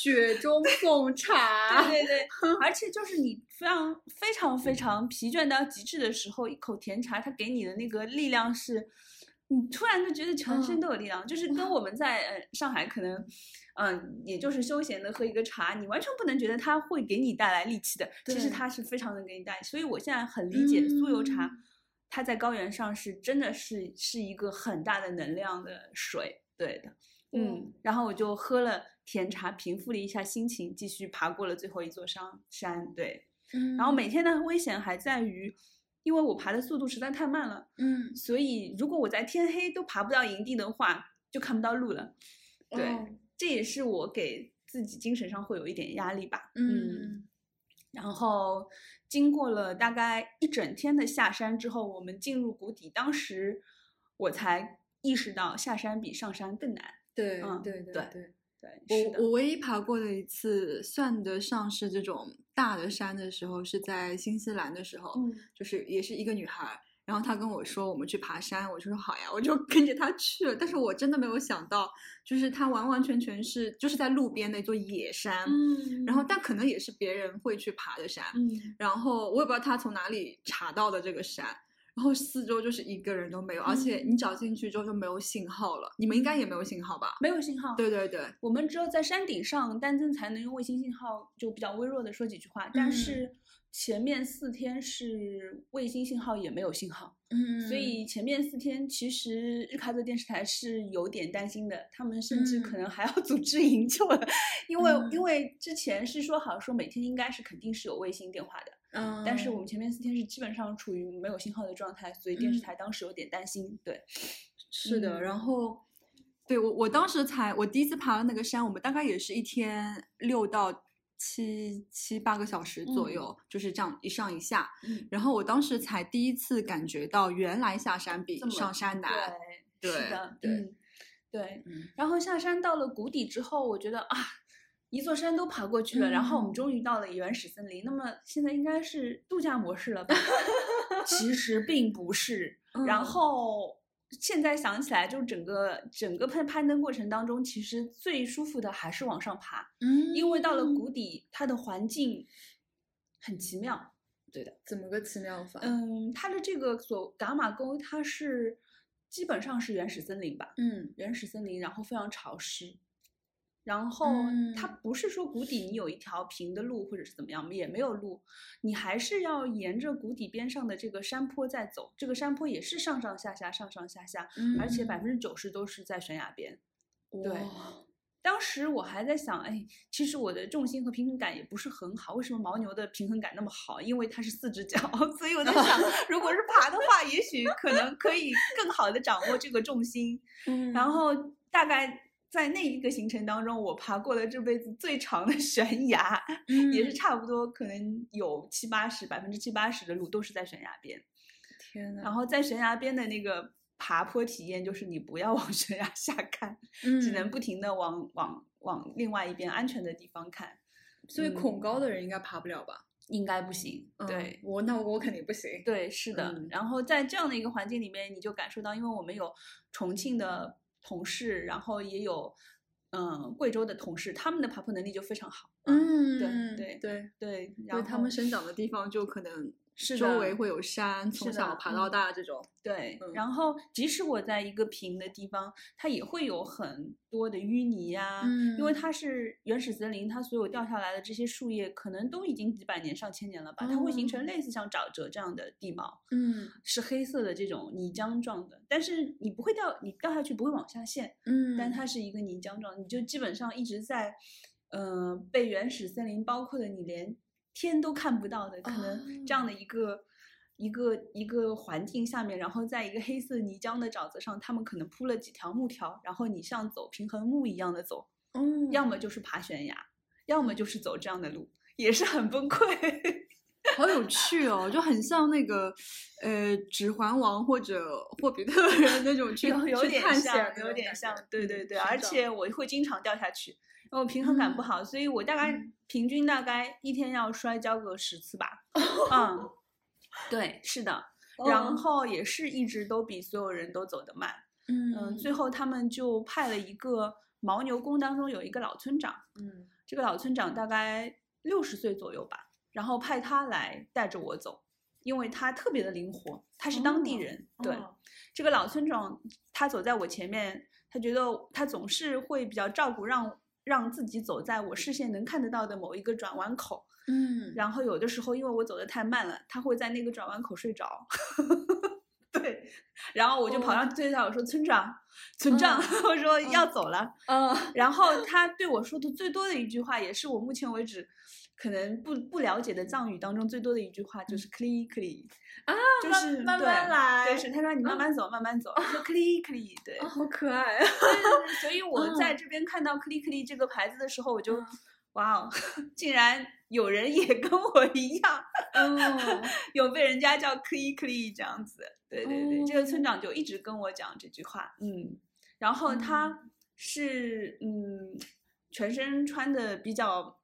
Speaker 2: 雪中送茶。
Speaker 1: 对对对，而且就是你非常非常非常疲倦到极致的时候，一口甜茶，它给你的那个力量是。你突然就觉得全身
Speaker 2: 嗯
Speaker 1: 都有力量，就是跟我们在呃上海可能，嗯、也就是休闲的喝一个茶，你完全不能觉得它会给你带来力气的。其实
Speaker 2: 对
Speaker 1: 它是非常能给你带，所以我现在很理解酥油茶
Speaker 2: 嗯，
Speaker 1: 它在高原上是真的是是一个很大的能量的水，对的。嗯，然后我就喝了甜茶，平复了一下心情，继续爬过了最后一座山山。对，
Speaker 2: 嗯
Speaker 1: 然后每天的危险还在于，因为我爬的速度实在太慢了，
Speaker 2: 嗯，
Speaker 1: 所以如果我在天黑都爬不到营地的话，就看不到路了。对，
Speaker 2: 哦
Speaker 1: 这也是我给自己精神上会有一点压力吧。
Speaker 2: 嗯
Speaker 1: 然后经过了大概一整天的下山之后，我们进入谷底，当时我才意识到下山比上山更难。
Speaker 2: 对
Speaker 1: 嗯
Speaker 2: 对
Speaker 1: 对
Speaker 2: 对。
Speaker 1: 对，是的
Speaker 2: 我我唯一爬过的一次算得上是这种大的山的时候，是在新西兰的时候，
Speaker 1: 嗯
Speaker 2: 就是也是一个女孩儿，然后她跟我说我们去爬山，我就说好呀，我就 跟着她去了。但是我真的没有想到，就是她完完全全是就是在路边的一座野山，
Speaker 1: 嗯
Speaker 2: 然后但可能也是别人会去爬的山，
Speaker 1: 嗯，
Speaker 2: 然后我也不知道她从哪里查到的这个山。然后四周就是一个人都没有，
Speaker 1: 嗯
Speaker 2: 而且你找进去之后就没有信号了。你们应该也没有信号吧？
Speaker 1: 没有信号。，
Speaker 2: 对对对，
Speaker 1: 我们只有在山顶上，丹增才能用卫星信号，就比较微弱的说几句话。但
Speaker 2: 嗯
Speaker 1: 是前面四天是卫星信号也没有信号，
Speaker 2: 嗯
Speaker 1: 所以前面四天其实日喀则电视台是有点担心的，他们甚至可
Speaker 2: 嗯
Speaker 1: 能还要组织营救了，因为、
Speaker 2: 嗯
Speaker 1: 因为之前是说好说每天应该是肯定是有卫星电话的，
Speaker 2: 嗯，
Speaker 1: 但是我们前面四天是基本上处于没有信号的状态，所以电视
Speaker 2: 嗯
Speaker 1: 台当时有点担心。对，
Speaker 2: 是的，
Speaker 1: 嗯
Speaker 2: 然后对我我当时才我第一次爬了那个山，我们大概也是一天六到七七八个小时左
Speaker 1: 嗯
Speaker 2: 右，就是这样一上一下。
Speaker 1: 嗯，
Speaker 2: 然后我当时才第一次感觉到，原来下山比
Speaker 1: 这么
Speaker 2: 上山难。
Speaker 1: 对，是
Speaker 2: 对
Speaker 1: 的，
Speaker 2: 对
Speaker 1: 嗯，对。
Speaker 2: 嗯
Speaker 1: 然后下山到了谷底之后，我觉得啊，一座山都爬过去了，然后我们
Speaker 2: 嗯
Speaker 1: 终于到了原始森林。那么现在应该是度假模式了吧？ 其实并不是。然
Speaker 2: 嗯
Speaker 1: 后现在想起来，就整个整个攀攀登过程当中，其实最舒服的还是往上爬，
Speaker 2: 嗯
Speaker 1: 因为到了谷底，它的环境很奇妙。
Speaker 2: 怎么个奇妙法？
Speaker 1: 嗯，它的这个所伽马沟，它是基本上是原始森林吧？
Speaker 2: 嗯
Speaker 1: 原始森林，然后非常潮湿。然后它
Speaker 2: 嗯
Speaker 1: 不是说谷底你有一条平的路或者是怎么样，也没有路，你还是要沿着谷底边上的这个山坡在走。这个山坡也是上上下下，上上下下，
Speaker 2: 嗯，
Speaker 1: 而且百分之九十都是在悬崖边。对
Speaker 2: 哇
Speaker 1: 当时我还在想，哎，其实我的重心和平衡感也不是很好。为什么牦牛的平衡感那么好？因为它是四只脚， 所以我在想，如果是爬的话，也许可能可以更好的掌握这个重心。
Speaker 2: 嗯
Speaker 1: 然后大概在那一个行程当中，我爬过了这辈子最长的悬崖，也是
Speaker 2: 嗯
Speaker 1: 差不多可能有七八十百分之七八十的路都是在悬崖边。
Speaker 2: 天呐，
Speaker 1: 然后在悬崖边的那个爬坡体验，就是你不要往 悬崖下看，只
Speaker 2: 只
Speaker 1: 能不停的往往往另外一边安全的地方看，
Speaker 2: 所以
Speaker 1: 嗯
Speaker 2: 恐高的人应该爬不了吧？
Speaker 1: 应该不行。
Speaker 2: 嗯
Speaker 1: 对，
Speaker 2: 我那我肯定不行。
Speaker 1: 对，是的。
Speaker 2: 嗯
Speaker 1: 然后在这样的一个环境里面，你就感受到，因为我们有重庆的同事，然后也有嗯贵州的同事，他们的爬坡能力就非常好。啊，
Speaker 2: 嗯，
Speaker 1: 对
Speaker 2: 对，
Speaker 1: 对，
Speaker 2: 因
Speaker 1: 然
Speaker 2: 为
Speaker 1: 后
Speaker 2: 他们生长的地方就可能
Speaker 1: 是
Speaker 2: 周
Speaker 1: 的
Speaker 2: 围会有山，从
Speaker 1: 是
Speaker 2: 小
Speaker 1: 的
Speaker 2: 爬到
Speaker 1: 嗯
Speaker 2: 大这种。
Speaker 1: 对，
Speaker 2: 嗯
Speaker 1: 然后即使我在一个平的地方，它也会有很多的淤泥呀、
Speaker 2: 嗯
Speaker 1: 啊因为它是原始森林，它所有掉下来的这些树叶，可能都已经几百年、上千年了吧，它会形成
Speaker 2: 哦
Speaker 1: 类似像沼泽这样的地貌，
Speaker 2: 嗯
Speaker 1: 是黑色的这种泥浆状的，但是你不会掉，你掉下去不会往下陷，
Speaker 2: 嗯
Speaker 1: 但它是一个泥浆状，你就基本上一直在，呃，被原始森林包括的，你连天都看不到的，可能这样
Speaker 2: 哦
Speaker 1: 的一个、一个一个环境下面，然后在一个黑色泥浆的沼泽上，他们可能铺了几条木条，然后你像走平衡木一样的走，
Speaker 2: 嗯
Speaker 1: 要么就是爬悬崖，要么就是走这样的路，也是很崩溃。
Speaker 2: 好有趣哦，就很像那个呃《指环王》或者《霍比特人》那种 去
Speaker 1: 有有
Speaker 2: 去
Speaker 1: 点
Speaker 2: 探险
Speaker 1: 像
Speaker 2: 的，那
Speaker 1: 有
Speaker 2: 种
Speaker 1: 点
Speaker 2: 感
Speaker 1: 像
Speaker 2: 觉，
Speaker 1: 对
Speaker 2: 嗯
Speaker 1: 对对，
Speaker 2: 寻
Speaker 1: 而
Speaker 2: 找
Speaker 1: 且我会经常掉下去，因为我平衡感不
Speaker 2: 嗯
Speaker 1: 好，所以我大概
Speaker 2: 嗯
Speaker 1: 平均大概一天要摔跤个十次 吧。嗯，对，是的。然
Speaker 2: 哦
Speaker 1: 后也是一直都比所有人都走得慢。嗯，
Speaker 2: 嗯
Speaker 1: 最后他们就派了一个牦牛宫当中有一个老村长，
Speaker 3: 嗯，
Speaker 1: 这个老村长大概六十岁左右吧，然后派他来带着我走，因为他特别的灵活，他嗯是当地
Speaker 2: 哦
Speaker 1: 人，对。
Speaker 3: 哦
Speaker 1: 这个老村长他走在我前面，他觉得他总是会比较照顾让。让自己走在我视线能看得到的某一个转弯口，
Speaker 2: 嗯，
Speaker 1: 然后有的时候因为我走得太慢了，他会在那个转弯口睡着。 对，然后我就
Speaker 2: 哦
Speaker 1: 跑上去对他我说：“村长，村长，
Speaker 2: 嗯
Speaker 1: 我说要走了。
Speaker 2: 呃，
Speaker 1: 然后他对我说的最多的一句话，也是我目前为止可能不不了解的藏语当中最多的一句话，就是 “cli cli”，
Speaker 2: 嗯啊，
Speaker 1: 就是
Speaker 2: 慢慢来
Speaker 1: 嗯对，对，是嗯他说你慢慢走，慢慢走，说 “cli cli”，对。
Speaker 2: 啊好可爱啊，
Speaker 1: 对 对对所以我
Speaker 2: 嗯
Speaker 1: 在这边看到 “cli cli” 这个牌子的时候，我就
Speaker 2: 嗯
Speaker 1: 哇哦， 竟然有人也跟我一样，
Speaker 2: 哦，
Speaker 1: 有被人家叫 “cli cli” 这样子。对对对，这个村
Speaker 2: 哦
Speaker 1: 长就一直跟我讲这句话，嗯，然后他是嗯，全身穿的比较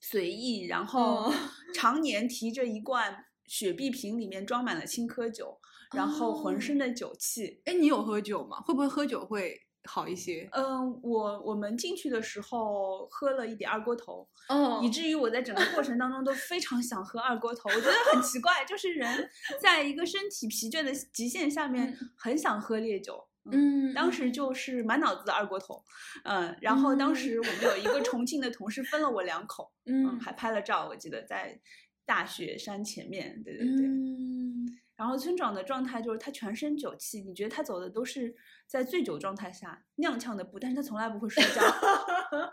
Speaker 1: 随意，然后
Speaker 2: 哦
Speaker 1: 常年提着一罐雪碧瓶，里面装满了青稞酒，然后浑身的酒气。
Speaker 2: 哎，你有喝酒吗？会不会喝酒会好一些？
Speaker 1: 嗯，我我们进去的时候喝了一点二锅头，
Speaker 2: 哦
Speaker 1: 以至于我在整个过程当中都非常想喝二锅头。我觉得很奇怪，就是人在一个身体疲倦的极限下面，很想喝烈酒。
Speaker 2: 嗯，
Speaker 1: 当
Speaker 2: 嗯
Speaker 1: 时就是满脑子的二锅头，嗯，然后当
Speaker 2: 嗯
Speaker 1: 时我们有一个重庆的同事分了我两口，嗯，
Speaker 2: 嗯
Speaker 1: 还拍了照，我记得在大雪山前面，对对对。
Speaker 2: 嗯
Speaker 1: 然后村长的状态就是他全身酒气，你觉得他走的都是在醉酒状态下踉跄的步，但是他从来不会摔 跤，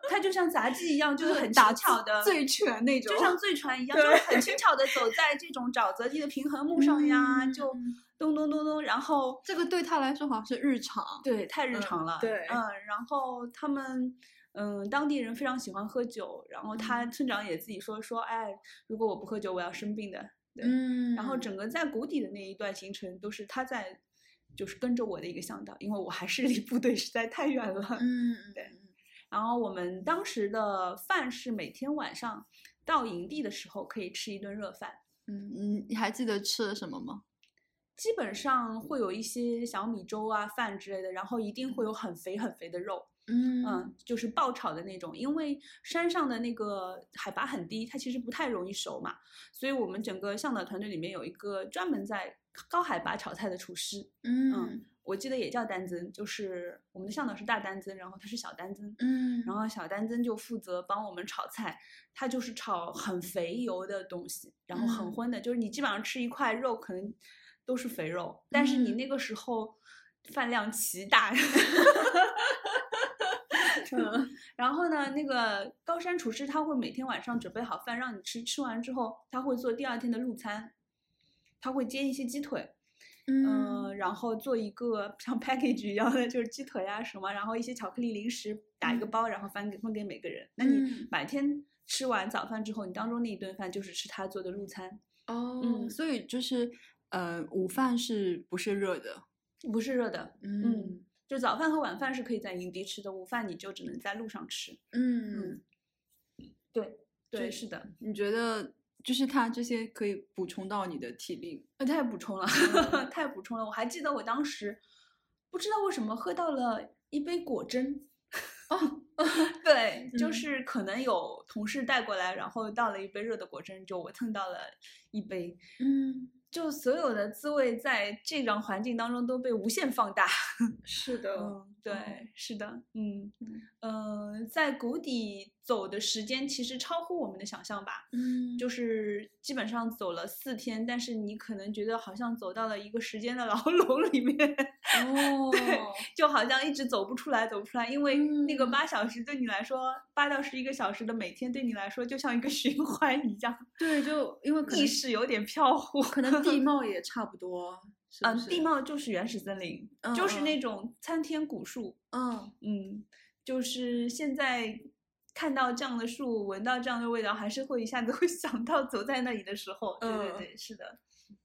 Speaker 1: 他就像杂技一样，就是很
Speaker 2: 打
Speaker 1: 轻巧的，
Speaker 2: 醉拳那种，
Speaker 1: 就像醉船一样，就是很轻巧的走在这种沼泽地的平衡木上呀，就
Speaker 2: 嗯
Speaker 1: 咚咚咚咚，然后
Speaker 2: 这个对他来说好像是日常。
Speaker 1: 对，太日
Speaker 2: 嗯
Speaker 1: 常了。
Speaker 2: 对
Speaker 1: 嗯，然后他们，嗯，当地人非常喜欢喝酒，然后他
Speaker 2: 嗯
Speaker 1: 村长也自己说说，哎，如果我不喝酒，我要生病的。对，
Speaker 2: 嗯
Speaker 1: 然后整个在谷底的那一段行程都是他在，就是跟着我的一个向导，因为我还是离部队实在太远了。
Speaker 2: 嗯嗯
Speaker 1: 对
Speaker 2: 嗯
Speaker 1: 然后我们当时的饭是每天晚上到营地的时候可以吃一顿热饭。
Speaker 2: 嗯，你你还记得吃了什么吗？
Speaker 1: 基本上会有一些小米粥啊、饭之类的，然后一定会有很肥很肥的肉，
Speaker 2: 嗯
Speaker 1: 嗯，就是爆炒的那种，因为山上的那个海拔很低，它其实不太容易熟嘛，所以我们整个向导团队里面有一个专门在高海拔炒菜的厨师，
Speaker 2: 嗯
Speaker 1: 我记得也叫丹增，就是我们的向导是大丹增，然后他是小丹增，
Speaker 2: 嗯
Speaker 1: 然后小丹增就负责帮我们炒菜，他就是炒很肥油的东西，然后很
Speaker 2: 嗯
Speaker 1: 荤的，就是你基本上吃一块肉可能都是肥肉，但是你
Speaker 2: 嗯
Speaker 1: 那个时候饭量奇 大。嗯
Speaker 2: 嗯
Speaker 1: 然后呢，那个高山厨师他会每天晚上准备好饭让你吃，吃完之后他会做第二天的路餐，他会煎一些鸡腿，嗯、
Speaker 2: 嗯
Speaker 1: 然后做一个像 package 一样的，就是鸡腿啊什么，然后一些巧克力零食，打一个
Speaker 2: 嗯
Speaker 1: 包，然后分给分给每个人。那你
Speaker 2: 嗯
Speaker 1: 每天吃完早饭之后，你当中那一顿饭就是吃他做的路餐，
Speaker 2: 哦，
Speaker 1: 嗯
Speaker 2: 所以就是呃，午饭是不是热的？
Speaker 1: 不是热的。嗯，就早饭和晚饭是可以在营地吃的，午饭你就只能在路上吃。
Speaker 2: 嗯，
Speaker 1: 对，对，
Speaker 2: 对
Speaker 1: 是的。
Speaker 2: 你觉得就是它这些可以补充到你的体力？
Speaker 1: 那太补充了， 太补充了。我还记得我当时不知道为什么喝到了一杯果珍，哦 对，就
Speaker 2: 嗯
Speaker 1: 是可能有同事带过来，然后倒了一杯热的果珍酒，我蹭到了一杯，
Speaker 2: 嗯，
Speaker 1: 就所有的滋味在这种环境当中都被无限放大。
Speaker 2: 是的
Speaker 1: 嗯，对，是的，嗯
Speaker 2: 嗯
Speaker 1: 嗯，在谷底走的时间其实超乎我们的想象吧，
Speaker 2: 嗯，
Speaker 1: 就是是基本上走了四天，但是你可能觉得好像走到了一个时间的牢笼里面，
Speaker 2: 哦，
Speaker 1: 就好像一直走不出来，走不出来，因为那个
Speaker 2: 嗯
Speaker 1: 八小时对你来说，八到十一个小时的每天对你来说，就像一个 循环一样，
Speaker 2: 对，就因为可
Speaker 1: 意
Speaker 2: 能
Speaker 1: 识有点飘忽。
Speaker 2: 可能地貌也差不多，是不
Speaker 1: 嗯，
Speaker 2: 是
Speaker 1: 地，貌就是原始森林，
Speaker 2: 嗯
Speaker 1: 就是那
Speaker 2: 嗯
Speaker 1: 种参天古树，
Speaker 2: 嗯
Speaker 1: 嗯，就是现在看到这样的树，闻到这样的味道，还是会一下子会 想到走在那里的时候。对
Speaker 2: 嗯
Speaker 1: 对对，是的，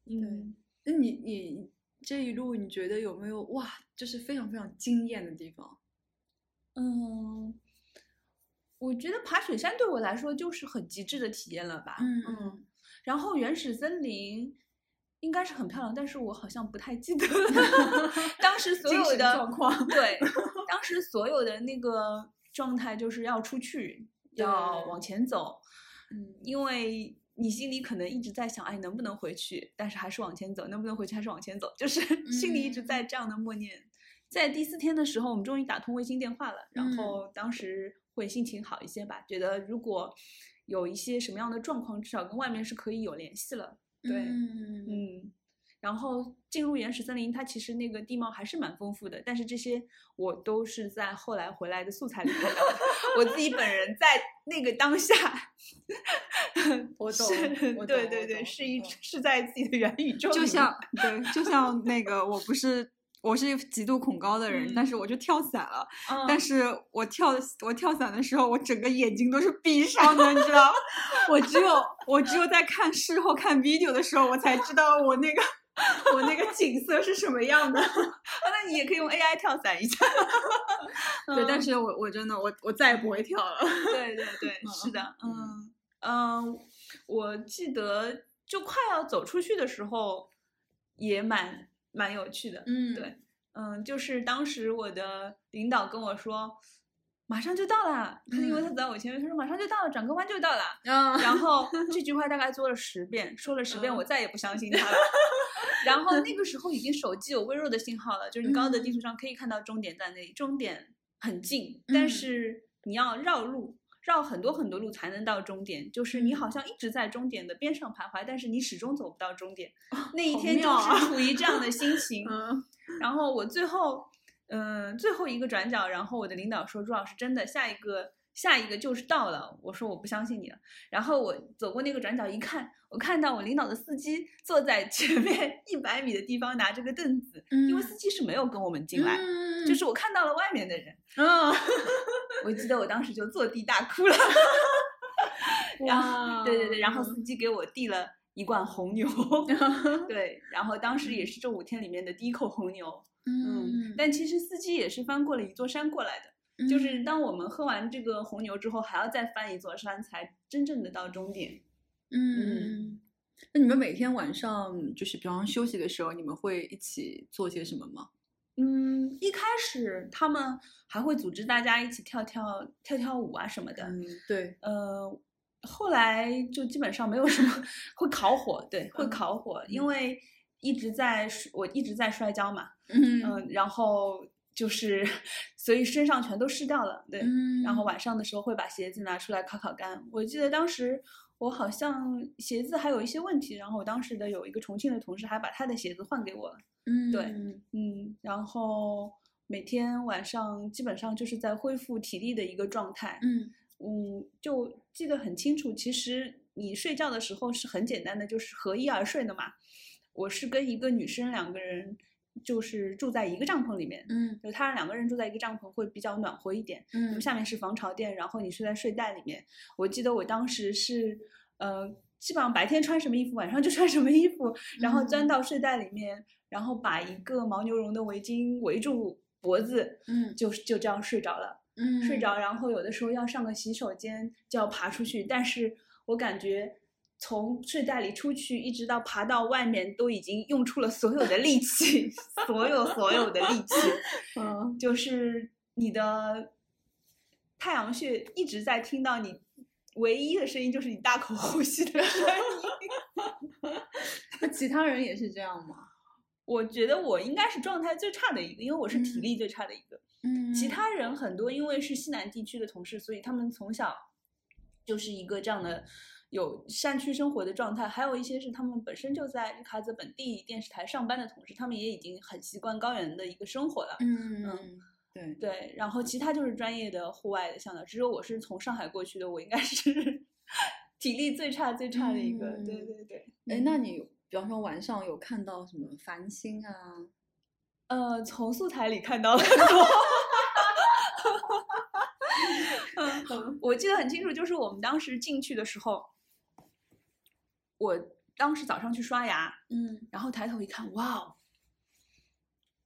Speaker 1: 嗯。
Speaker 2: 那你你这一路你觉得有没有哇，就是非常非常惊艳的地方？
Speaker 1: 嗯，我觉得爬雪山对我来说就是很极致的体验了吧。
Speaker 2: 嗯
Speaker 1: 嗯，然后原始森林应该是很漂亮，但是我好像不太记 得当时所
Speaker 2: 精
Speaker 1: 有
Speaker 2: 神
Speaker 1: 的
Speaker 2: 状况
Speaker 1: 对，当时所有的那个状态就是要出去，要
Speaker 2: 对
Speaker 1: 往前走，
Speaker 2: 嗯
Speaker 1: 因为。你心里可能一直在想，哎，能不能回去？但是还是往前走，能不能回去还是往前走，就是心里一直
Speaker 2: 嗯
Speaker 1: 在这样的默念。在第四天的时候，我们终于打通卫星电话了，
Speaker 2: 嗯
Speaker 1: 然后当时会心情好一些吧，觉得如果有一些什么样的状况，至少跟外面是可以有联系了。对，
Speaker 2: 嗯
Speaker 1: 嗯，然后进入原始森林，它其实那个地貌还是蛮丰富的，但是这些我都是在后来回来的素材里看到的， 我自己本人在那个当下是，
Speaker 2: 我懂我懂
Speaker 1: 对
Speaker 2: 我
Speaker 1: 对对，
Speaker 2: 懂
Speaker 1: 是一
Speaker 2: 嗯
Speaker 1: 是在自己的元宇宙里面，
Speaker 2: 就 像对，就像那个我不是。我是一个极度恐高的人，但是我就跳伞了。但
Speaker 1: 嗯
Speaker 2: 是我跳我跳伞的时候，我整个眼睛都是闭上的，你知 道吗？我只有我只有在看事后看 video 的时候，我才知道我那个我那个景色是什么样的。
Speaker 1: 那你也可以用 AI 跳伞一下，
Speaker 2: 对，但
Speaker 1: 嗯
Speaker 2: 是我我真的我我再也不会跳了。
Speaker 1: 对对对，是的，嗯嗯，我记得就快要走出去的时候，也蛮蛮有趣的。
Speaker 2: 嗯
Speaker 1: 对，嗯，就是当时我的领导跟我说，马上就到啦，他因为
Speaker 2: 嗯
Speaker 1: 他走在我前面，他说马上就到了，转个弯就到啦。
Speaker 2: 啊，
Speaker 1: 然后这句话大概说了十遍，说了十
Speaker 2: 嗯
Speaker 1: 遍，我再也不相信他了。 然后那个时候已经手机有微弱的信号了，就是你刚刚的地图上可以看到终点在那里，终点很近，
Speaker 2: 嗯
Speaker 1: 但是你要绕路。绕很多很多路才能到终点，就是你
Speaker 2: 嗯
Speaker 1: 好像一直在终点的边上徘徊，但是你始终走不到终点。那一
Speaker 2: 哦好
Speaker 1: 天就
Speaker 2: 妙啊
Speaker 1: 是处于这样的 心情，
Speaker 2: 嗯
Speaker 1: 然后我最后，嗯、最后一个转角，然后我的领导说：“朱老师，真的，下一个下一个就是到了。”我说：“我不相信你了。”然后我走过那个转角一看，我看到我领导的司机坐在前面一百米的地方拿着个凳子，因为司机是没有跟我们进来，
Speaker 2: 嗯
Speaker 1: 就是我看到了外面的人。
Speaker 2: 嗯，
Speaker 1: 我记得我当时就坐地大哭了。然
Speaker 2: 后
Speaker 1: 对对对，然后司机给我递了一罐红牛，
Speaker 2: 嗯
Speaker 1: 对，然后当时也是这五天里面的第一口红牛。嗯，但其实司机也是翻过了一座山过来的，
Speaker 2: 嗯
Speaker 1: 就是当我们喝完这个红牛之后，还要再翻一座山，才真正的到终点。
Speaker 2: 嗯，那你们每天晚上就是，比方休息的时候，你们会一起做些什么吗？
Speaker 1: 嗯，一开始他们还会组织大家一起跳跳跳跳舞啊什么的，
Speaker 2: 嗯，对，
Speaker 1: 呃，后来就基本上没有什么会烤火，对，会
Speaker 2: 嗯
Speaker 1: 烤火，
Speaker 2: 嗯
Speaker 1: 因为一直在摔我一直在摔跤嘛，
Speaker 2: 嗯
Speaker 1: 嗯，然后就是 所以身上全都湿掉了，对，
Speaker 2: 嗯
Speaker 1: 然后晚上的时候会把鞋子拿出来烤烤干。我记得当时我好像鞋子还有一些问题，然后我当时的有一个重庆的同事还把他的鞋子换给我了。
Speaker 2: 嗯
Speaker 1: 对嗯，然后每天晚上基本上就是在恢复体力的一个状态。
Speaker 2: 嗯
Speaker 1: 嗯，就记得很清楚。其实你睡觉的时候是很简单的，就是合衣而睡的嘛。我是跟一个女生两个人，就是住在一个帐篷里面，
Speaker 2: 嗯
Speaker 1: 就他两个人住在一个帐篷会比较暖和一点。那么
Speaker 2: 嗯
Speaker 1: 下面是防潮垫，然后你睡在睡袋里面。我记得我当时是，呃，基本上白天穿什么衣服，晚上就穿什么衣服，然后钻
Speaker 2: 嗯
Speaker 1: 到睡袋里面，然后把一个牦牛绒的围巾围住脖子，
Speaker 2: 嗯
Speaker 1: 就就这样睡着了。
Speaker 2: 嗯，
Speaker 1: 睡着，然后有的时候要上个洗手间就要爬出去，但是我感觉从睡袋里出去一直到爬到外面，都已经用出了所有的力气 ，所有所有的力气，
Speaker 2: 嗯，
Speaker 1: 就是你的太阳穴一直在听到你唯一的声音就是你大口呼吸的声音。
Speaker 2: 那其他人也是这样吗？
Speaker 1: 我觉得我应该是状态最差的一个，因为我是体
Speaker 2: 嗯
Speaker 1: 力最差的一个。
Speaker 2: 嗯
Speaker 1: 其他人很多因为是西南地区的同事，所以他们从小就是一个这样的有山区生活的状态。还有一些是他们本身就在日喀则本地电视台上班的同事，他们也已经很习惯高原的一个生活了。
Speaker 2: 嗯，对，
Speaker 1: 对，然后其他就是专业的户外的向导，只有我是从上海过去的，我应该是 体力最差最差的一个。对
Speaker 2: 嗯
Speaker 1: 对对，
Speaker 2: 哎，那你比方说晚上有看到什么繁星啊？
Speaker 1: 呃，从素材里看到了 很多。嗯，我记得很清楚，就是我们当时进去的时候，我当时早上去刷牙，
Speaker 2: 嗯
Speaker 1: 然后抬头一看，哇哦，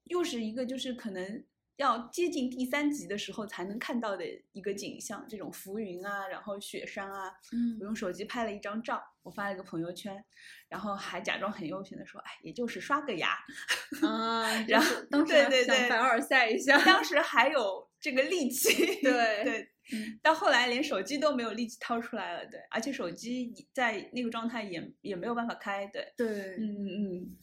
Speaker 1: 又是一个就是可能要接近第三级的时候才能看到的一个景象，这种浮云啊，然后雪山啊，我
Speaker 2: 嗯，
Speaker 1: 用手机拍了一张照，我发了个朋友圈，然后还假装很悠闲的说，哎，也就是刷个牙，
Speaker 2: 啊，
Speaker 1: 然
Speaker 2: 后当时
Speaker 1: 对
Speaker 2: 还
Speaker 1: 对
Speaker 2: 想
Speaker 1: 对
Speaker 2: 凡尔赛一下，
Speaker 1: 当时还有这个力气，
Speaker 2: 对
Speaker 1: 对
Speaker 2: 嗯，
Speaker 1: 到后来连手机都没有力气掏出来了，对，而且手机也在那个状态也也没有办法开，对，
Speaker 2: 对，
Speaker 1: 嗯嗯嗯，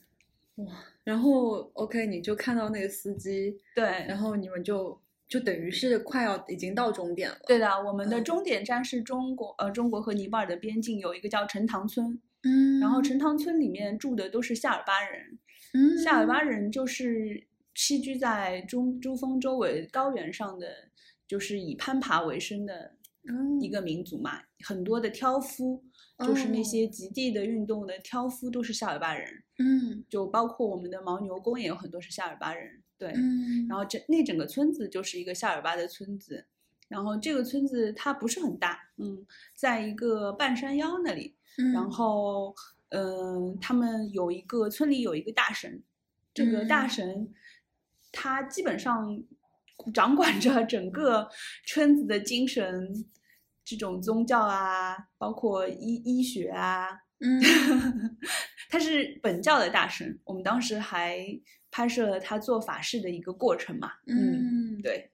Speaker 2: 然后 OK，你就看到那个司机，
Speaker 1: 对
Speaker 2: 然。后你们就就等于是快要已经到终点了，
Speaker 1: 对的，我们的
Speaker 2: 嗯
Speaker 1: 终点站是中国，呃，中国和尼泊尔的边境有一个叫陈塘村，
Speaker 2: 嗯
Speaker 1: 然后陈塘村里面住的都是夏尔巴人，
Speaker 2: 嗯
Speaker 1: 夏尔巴人就是栖居在中珠峰周围高原上的，就是以攀爬为生的
Speaker 2: 嗯
Speaker 1: 一个民族嘛，很多的挑夫，就是那
Speaker 2: 哦
Speaker 1: 些极地的运动的挑夫都是夏尔巴人，
Speaker 2: 嗯
Speaker 1: 就包括我们的牦牛宫也有很多是夏尔巴人，对，
Speaker 2: 嗯，
Speaker 1: 然后整那整个村子就是一个夏尔巴的村子，然后这个村子它不是很大，嗯，在一个半山腰那里，
Speaker 2: 嗯
Speaker 1: 然后嗯、呃他们有一个村里有一个大神，这个大
Speaker 2: 嗯
Speaker 1: 神他基本上掌管着 整个村子的精神，这种宗教啊，包括医医学啊，
Speaker 2: 嗯
Speaker 1: 他是本教的大神，我们当时还拍摄了他做法事的一个过程嘛。
Speaker 2: 嗯
Speaker 1: 对。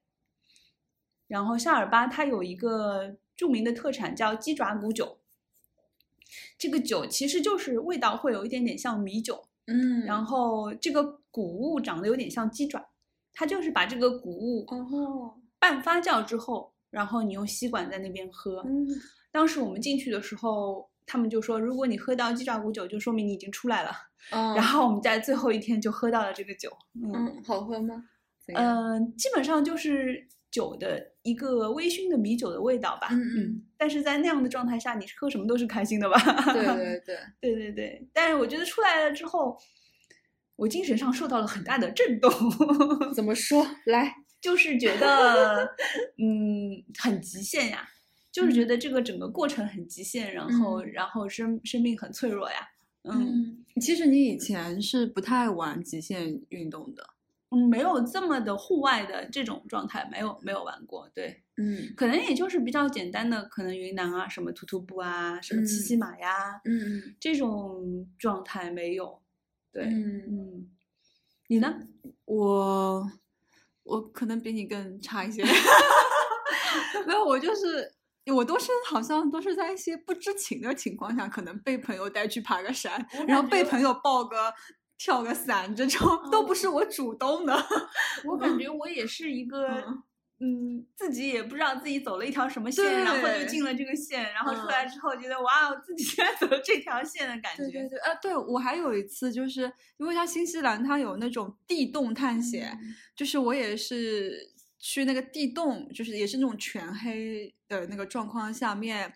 Speaker 1: 然后夏尔巴它有一个著名的特产叫鸡爪骨酒，这个酒其实就是味道会有一点点像米酒，
Speaker 2: 嗯，
Speaker 1: 然后这个谷物长得有点像鸡爪，它就是把这个谷物
Speaker 2: 哦
Speaker 1: 半发酵之后，然后你用吸管在那边喝。
Speaker 2: 嗯
Speaker 1: 当时我们进去的时候，他们就说，如果你喝到鸡爪骨酒，就说明你已经出来了。
Speaker 2: 哦，
Speaker 1: 然后我们在最后一天就喝到了这个酒，嗯
Speaker 2: 嗯，好喝吗？怎样
Speaker 1: 嗯、基本上就是酒的一个微醺的米酒的味道吧。
Speaker 2: 嗯嗯，
Speaker 1: 但是在那样的状态下，你喝什么都是开心的吧？
Speaker 2: 对对对，
Speaker 1: 对对对但是我觉得出来了之后，我精神上受到了很大的震动，
Speaker 2: 怎么说来？
Speaker 1: 就是觉得嗯很极限呀，就是觉得这个整个过程很极限，然后、
Speaker 2: 嗯
Speaker 1: 然后生生命很脆弱呀。嗯
Speaker 2: 嗯，其实你以前是不太玩极限运动的，
Speaker 1: 嗯，没有这么的户外的这种状态，没有没有玩过，对。
Speaker 2: 嗯
Speaker 1: 可能也就是比较简单的，可能云南啊，什么徒徒步啊，什么骑骑马呀，
Speaker 2: 嗯
Speaker 1: 这种状态没有。对，
Speaker 2: 嗯，
Speaker 1: 嗯，你呢？
Speaker 2: 我我可能比你更差一些， 没有，我就是。我都是好像都是在一些不知情的情况下，可能被朋友带去爬个山，然后被朋友抱个、跳个伞，这种都不是我主动的。
Speaker 1: 我感觉我也是一个，
Speaker 2: 嗯
Speaker 1: 嗯，自己也不知道自己走了一条什么线，然后就
Speaker 2: 对
Speaker 1: 进了这个线，然后出
Speaker 2: 嗯
Speaker 1: 来之后觉得哇，我自己竟然走了这条线的感觉。
Speaker 2: 对对对，啊，对我还有一次，就是因为像新西兰，它有那种地洞探险，
Speaker 1: 嗯
Speaker 2: 就是我也是去那个地洞，就是也是那种全黑的那个状况下面，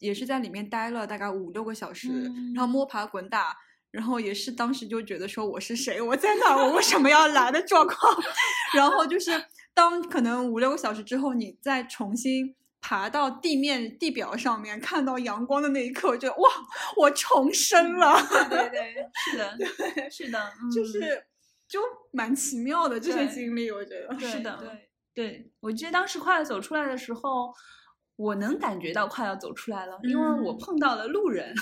Speaker 2: 也是在里面待了大概五六个小时，然后摸爬滚打。然后也是当时就觉得说我是谁，我在哪儿，我为什么要来的状况。 然后就是当可能五六个小时之后，你再重新爬到地面地表上面，看到阳光的那一刻，我觉得哇，我重生了。
Speaker 1: 对对 对，是的，是的，
Speaker 2: 就
Speaker 1: 嗯
Speaker 2: 是就蛮奇妙的这些
Speaker 1: 对
Speaker 2: 经历，我觉 得
Speaker 1: 是
Speaker 2: 对
Speaker 1: 的
Speaker 2: 对
Speaker 1: 对，我记得当时快要走出来的时候，我能感觉到快要走出来了，因为我
Speaker 2: 嗯
Speaker 1: 碰到了路人，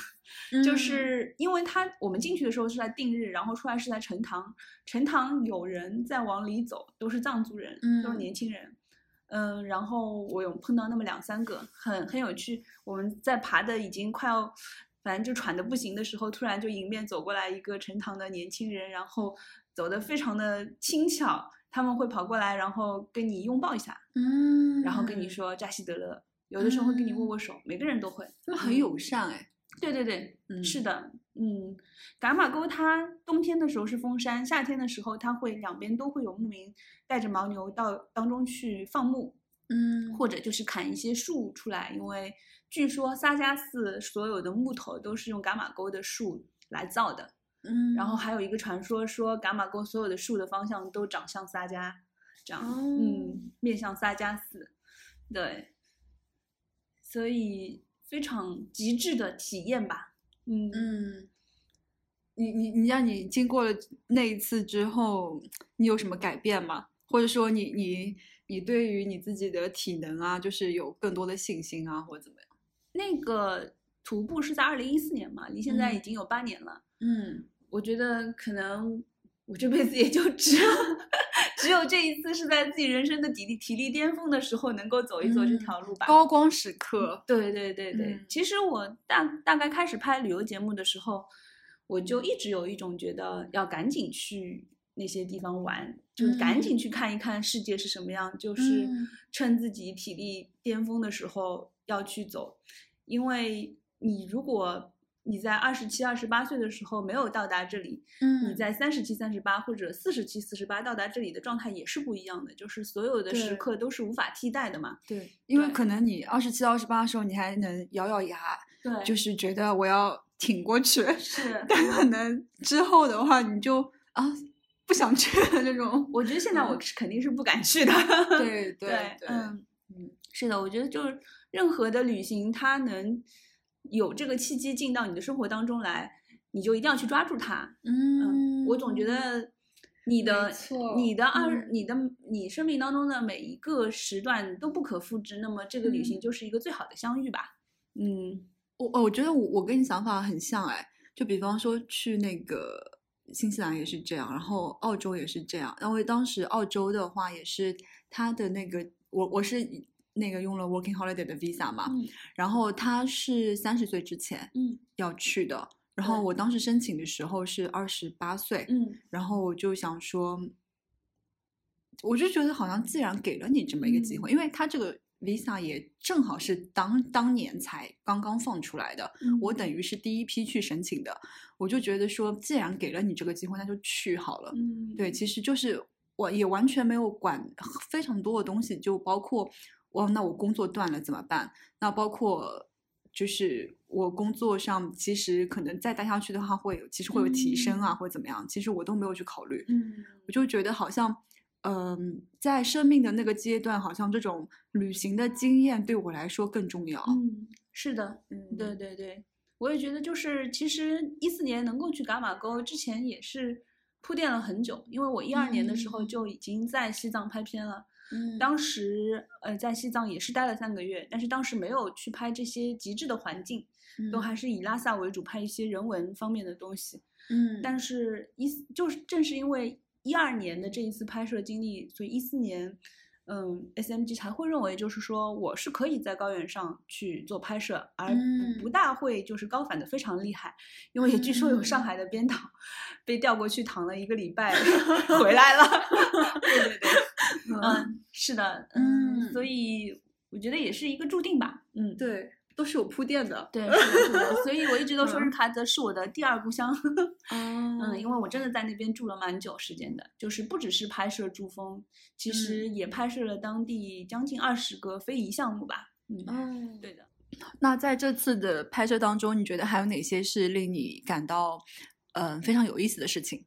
Speaker 1: 就
Speaker 2: 嗯
Speaker 1: 是因为他我们进去的时候是在定日，然后出来是在陈塘，陈塘有人在往里走，都是藏族人，都是
Speaker 2: 嗯
Speaker 1: 年轻人。嗯嗯、然后我有碰到那么两三个，很很有趣。我们在爬的已经快要，反正就喘的不行的时候，突然就迎面走过来一个陈塘的年轻人，然后走的非常的轻巧，他们会跑过来，然后跟你拥抱一下，
Speaker 2: 嗯
Speaker 1: 然后跟你，说扎西德勒，有的时候会跟你握握手，每个人都会。嗯
Speaker 2: 他们很友善哎，
Speaker 1: 对对对，
Speaker 2: 嗯
Speaker 1: 是的，嗯，噶玛沟它冬天的时候是封山，夏天的时候它会两边都会有牧民带着牦牛到当中去放牧，
Speaker 2: 嗯
Speaker 1: 或者就是砍一些树出来，因为据说撒加寺所有的木头都是用噶玛沟的树来造的。
Speaker 2: 嗯，
Speaker 1: 然后还有一个传说说，噶玛沟所有的树的方向都长向撒加，这样，
Speaker 2: 哦
Speaker 1: 嗯，面向撒加寺，对，所以非常极致的体验吧，嗯
Speaker 2: 嗯，你你你让你经过了那一次之后，你有什么改变吗？或者说你你你对于你自己的体能啊，就是有更多的信心啊，或者怎么样？
Speaker 1: 那个徒步是在二零一四年嘛，离现在已
Speaker 2: 嗯
Speaker 1: 经有八年了，
Speaker 2: 嗯
Speaker 1: 我觉得可能我这辈子也就只有 只有这一次是在自己人生的体力体力巅峰的时候能够走一走这
Speaker 2: 嗯
Speaker 1: 条路吧，
Speaker 2: 高光时刻，
Speaker 1: 对对对对，
Speaker 2: 嗯
Speaker 1: 其实我大大概开始拍旅游节目的时候，我就
Speaker 2: 嗯
Speaker 1: 一直有一种觉得要赶紧去那些地方玩，就赶紧去看一看世界是什么样，就是
Speaker 2: 嗯
Speaker 1: 趁自己体力巅峰的时候要去走，因为你如果你在二十七、二十八岁的时候没有到达这里，
Speaker 2: 嗯
Speaker 1: 你在三十七、三十八或者四十七、四十八到达这里的状态也是不一样的，就是所有的时
Speaker 2: 对
Speaker 1: 刻都是无法替代的嘛。
Speaker 2: 对，因为
Speaker 1: 对
Speaker 2: 可能你二十七、二十八的时候，你还能咬咬牙，
Speaker 1: 对
Speaker 2: 就是是觉得我要挺过去，但可能之后的话，你就啊不想去了这种。
Speaker 1: 我觉得现在我
Speaker 2: 嗯
Speaker 1: 是肯定是不敢去的。
Speaker 2: 对对对，
Speaker 1: 嗯
Speaker 2: 嗯，
Speaker 1: 是的，我觉得就是任何的旅行，它能有这个契机进到你的生活当中来，你就一定要去抓住它。
Speaker 2: 嗯
Speaker 1: 我总觉得你的
Speaker 2: 没错、
Speaker 1: 你的二、
Speaker 2: 嗯
Speaker 1: 你的、你生命当中的每一个时段都不可复制，那么这个旅行
Speaker 2: 嗯
Speaker 1: 就是一个最好的相遇吧。嗯，
Speaker 2: 我哦我觉得我我跟你想法很像哎，就比方说去那个新西兰也是这样，然后澳洲也是这样，然后当时澳洲的话也是它的那个我我是以那个用了 working holiday 的 visa 嘛，
Speaker 1: 嗯
Speaker 2: 然后它是三十岁之前
Speaker 1: 嗯
Speaker 2: 要去的，然后
Speaker 1: 对
Speaker 2: 我当时申请的时候是二十八岁，
Speaker 1: 嗯，
Speaker 2: 然后我就想说，我就觉得好像既然给了你这么一个机会，因为它这个 visa 也正好是当当年才刚刚放出来
Speaker 1: 嗯
Speaker 2: 的，我等于是第一批去申请的，我就觉得说，既然给了你这个机会，那就去好了。
Speaker 1: 嗯
Speaker 2: 对，其实就是我也完全没有管非常多的东西，就包括我那我工作断了怎么办？那包括就是我工作上其实可能再待下去的话会有，其实会有提升啊，或者怎么样，其实我都没有去考虑。
Speaker 1: 嗯
Speaker 2: 我就觉得好像，嗯、在生命的那个阶段，好像这种旅行的经验对我来说更重要。
Speaker 1: 嗯，是的，
Speaker 2: 嗯
Speaker 1: 对对对，我也觉得就是，其实一四年能够去噶玛沟之前也是铺垫了很久，因为我一二年的时候
Speaker 2: 嗯
Speaker 1: 就已经在西藏拍片了，
Speaker 2: 嗯
Speaker 1: 当时呃在西藏也是待了三个月，但是当时没有去拍这些极致的环境，都还是以拉萨为主，拍一些人文方面的东西。
Speaker 2: 嗯，
Speaker 1: 但是一四，就是正是因为一二年的这一次拍摄经历，所以一四年，嗯，SMG 才会认为就是说我是可以在高原上去做拍摄，而不不
Speaker 2: 嗯
Speaker 1: 大会就是高反的非常厉害，因为据说有上海的编导被调过去躺了一个礼拜回来了。对对对，嗯，是的，嗯，所
Speaker 2: 嗯
Speaker 1: 以我觉得也是一个注定吧，嗯。
Speaker 2: 对，都是有铺垫的。
Speaker 1: 对，是的，是的，所以我一直都说日
Speaker 2: 嗯
Speaker 1: 喀则是我的第二故乡。
Speaker 2: 嗯
Speaker 1: 嗯，因为我真的在那边住了蛮久时间的，就是不只是拍摄珠峰，其
Speaker 2: 嗯
Speaker 1: 实也拍摄了当地将近二十个非遗项目吧。嗯，
Speaker 2: 嗯，
Speaker 1: 对的。
Speaker 2: 那在这次的拍摄当中，你觉得还有哪些是令你感到嗯、呃非常有意思的事情？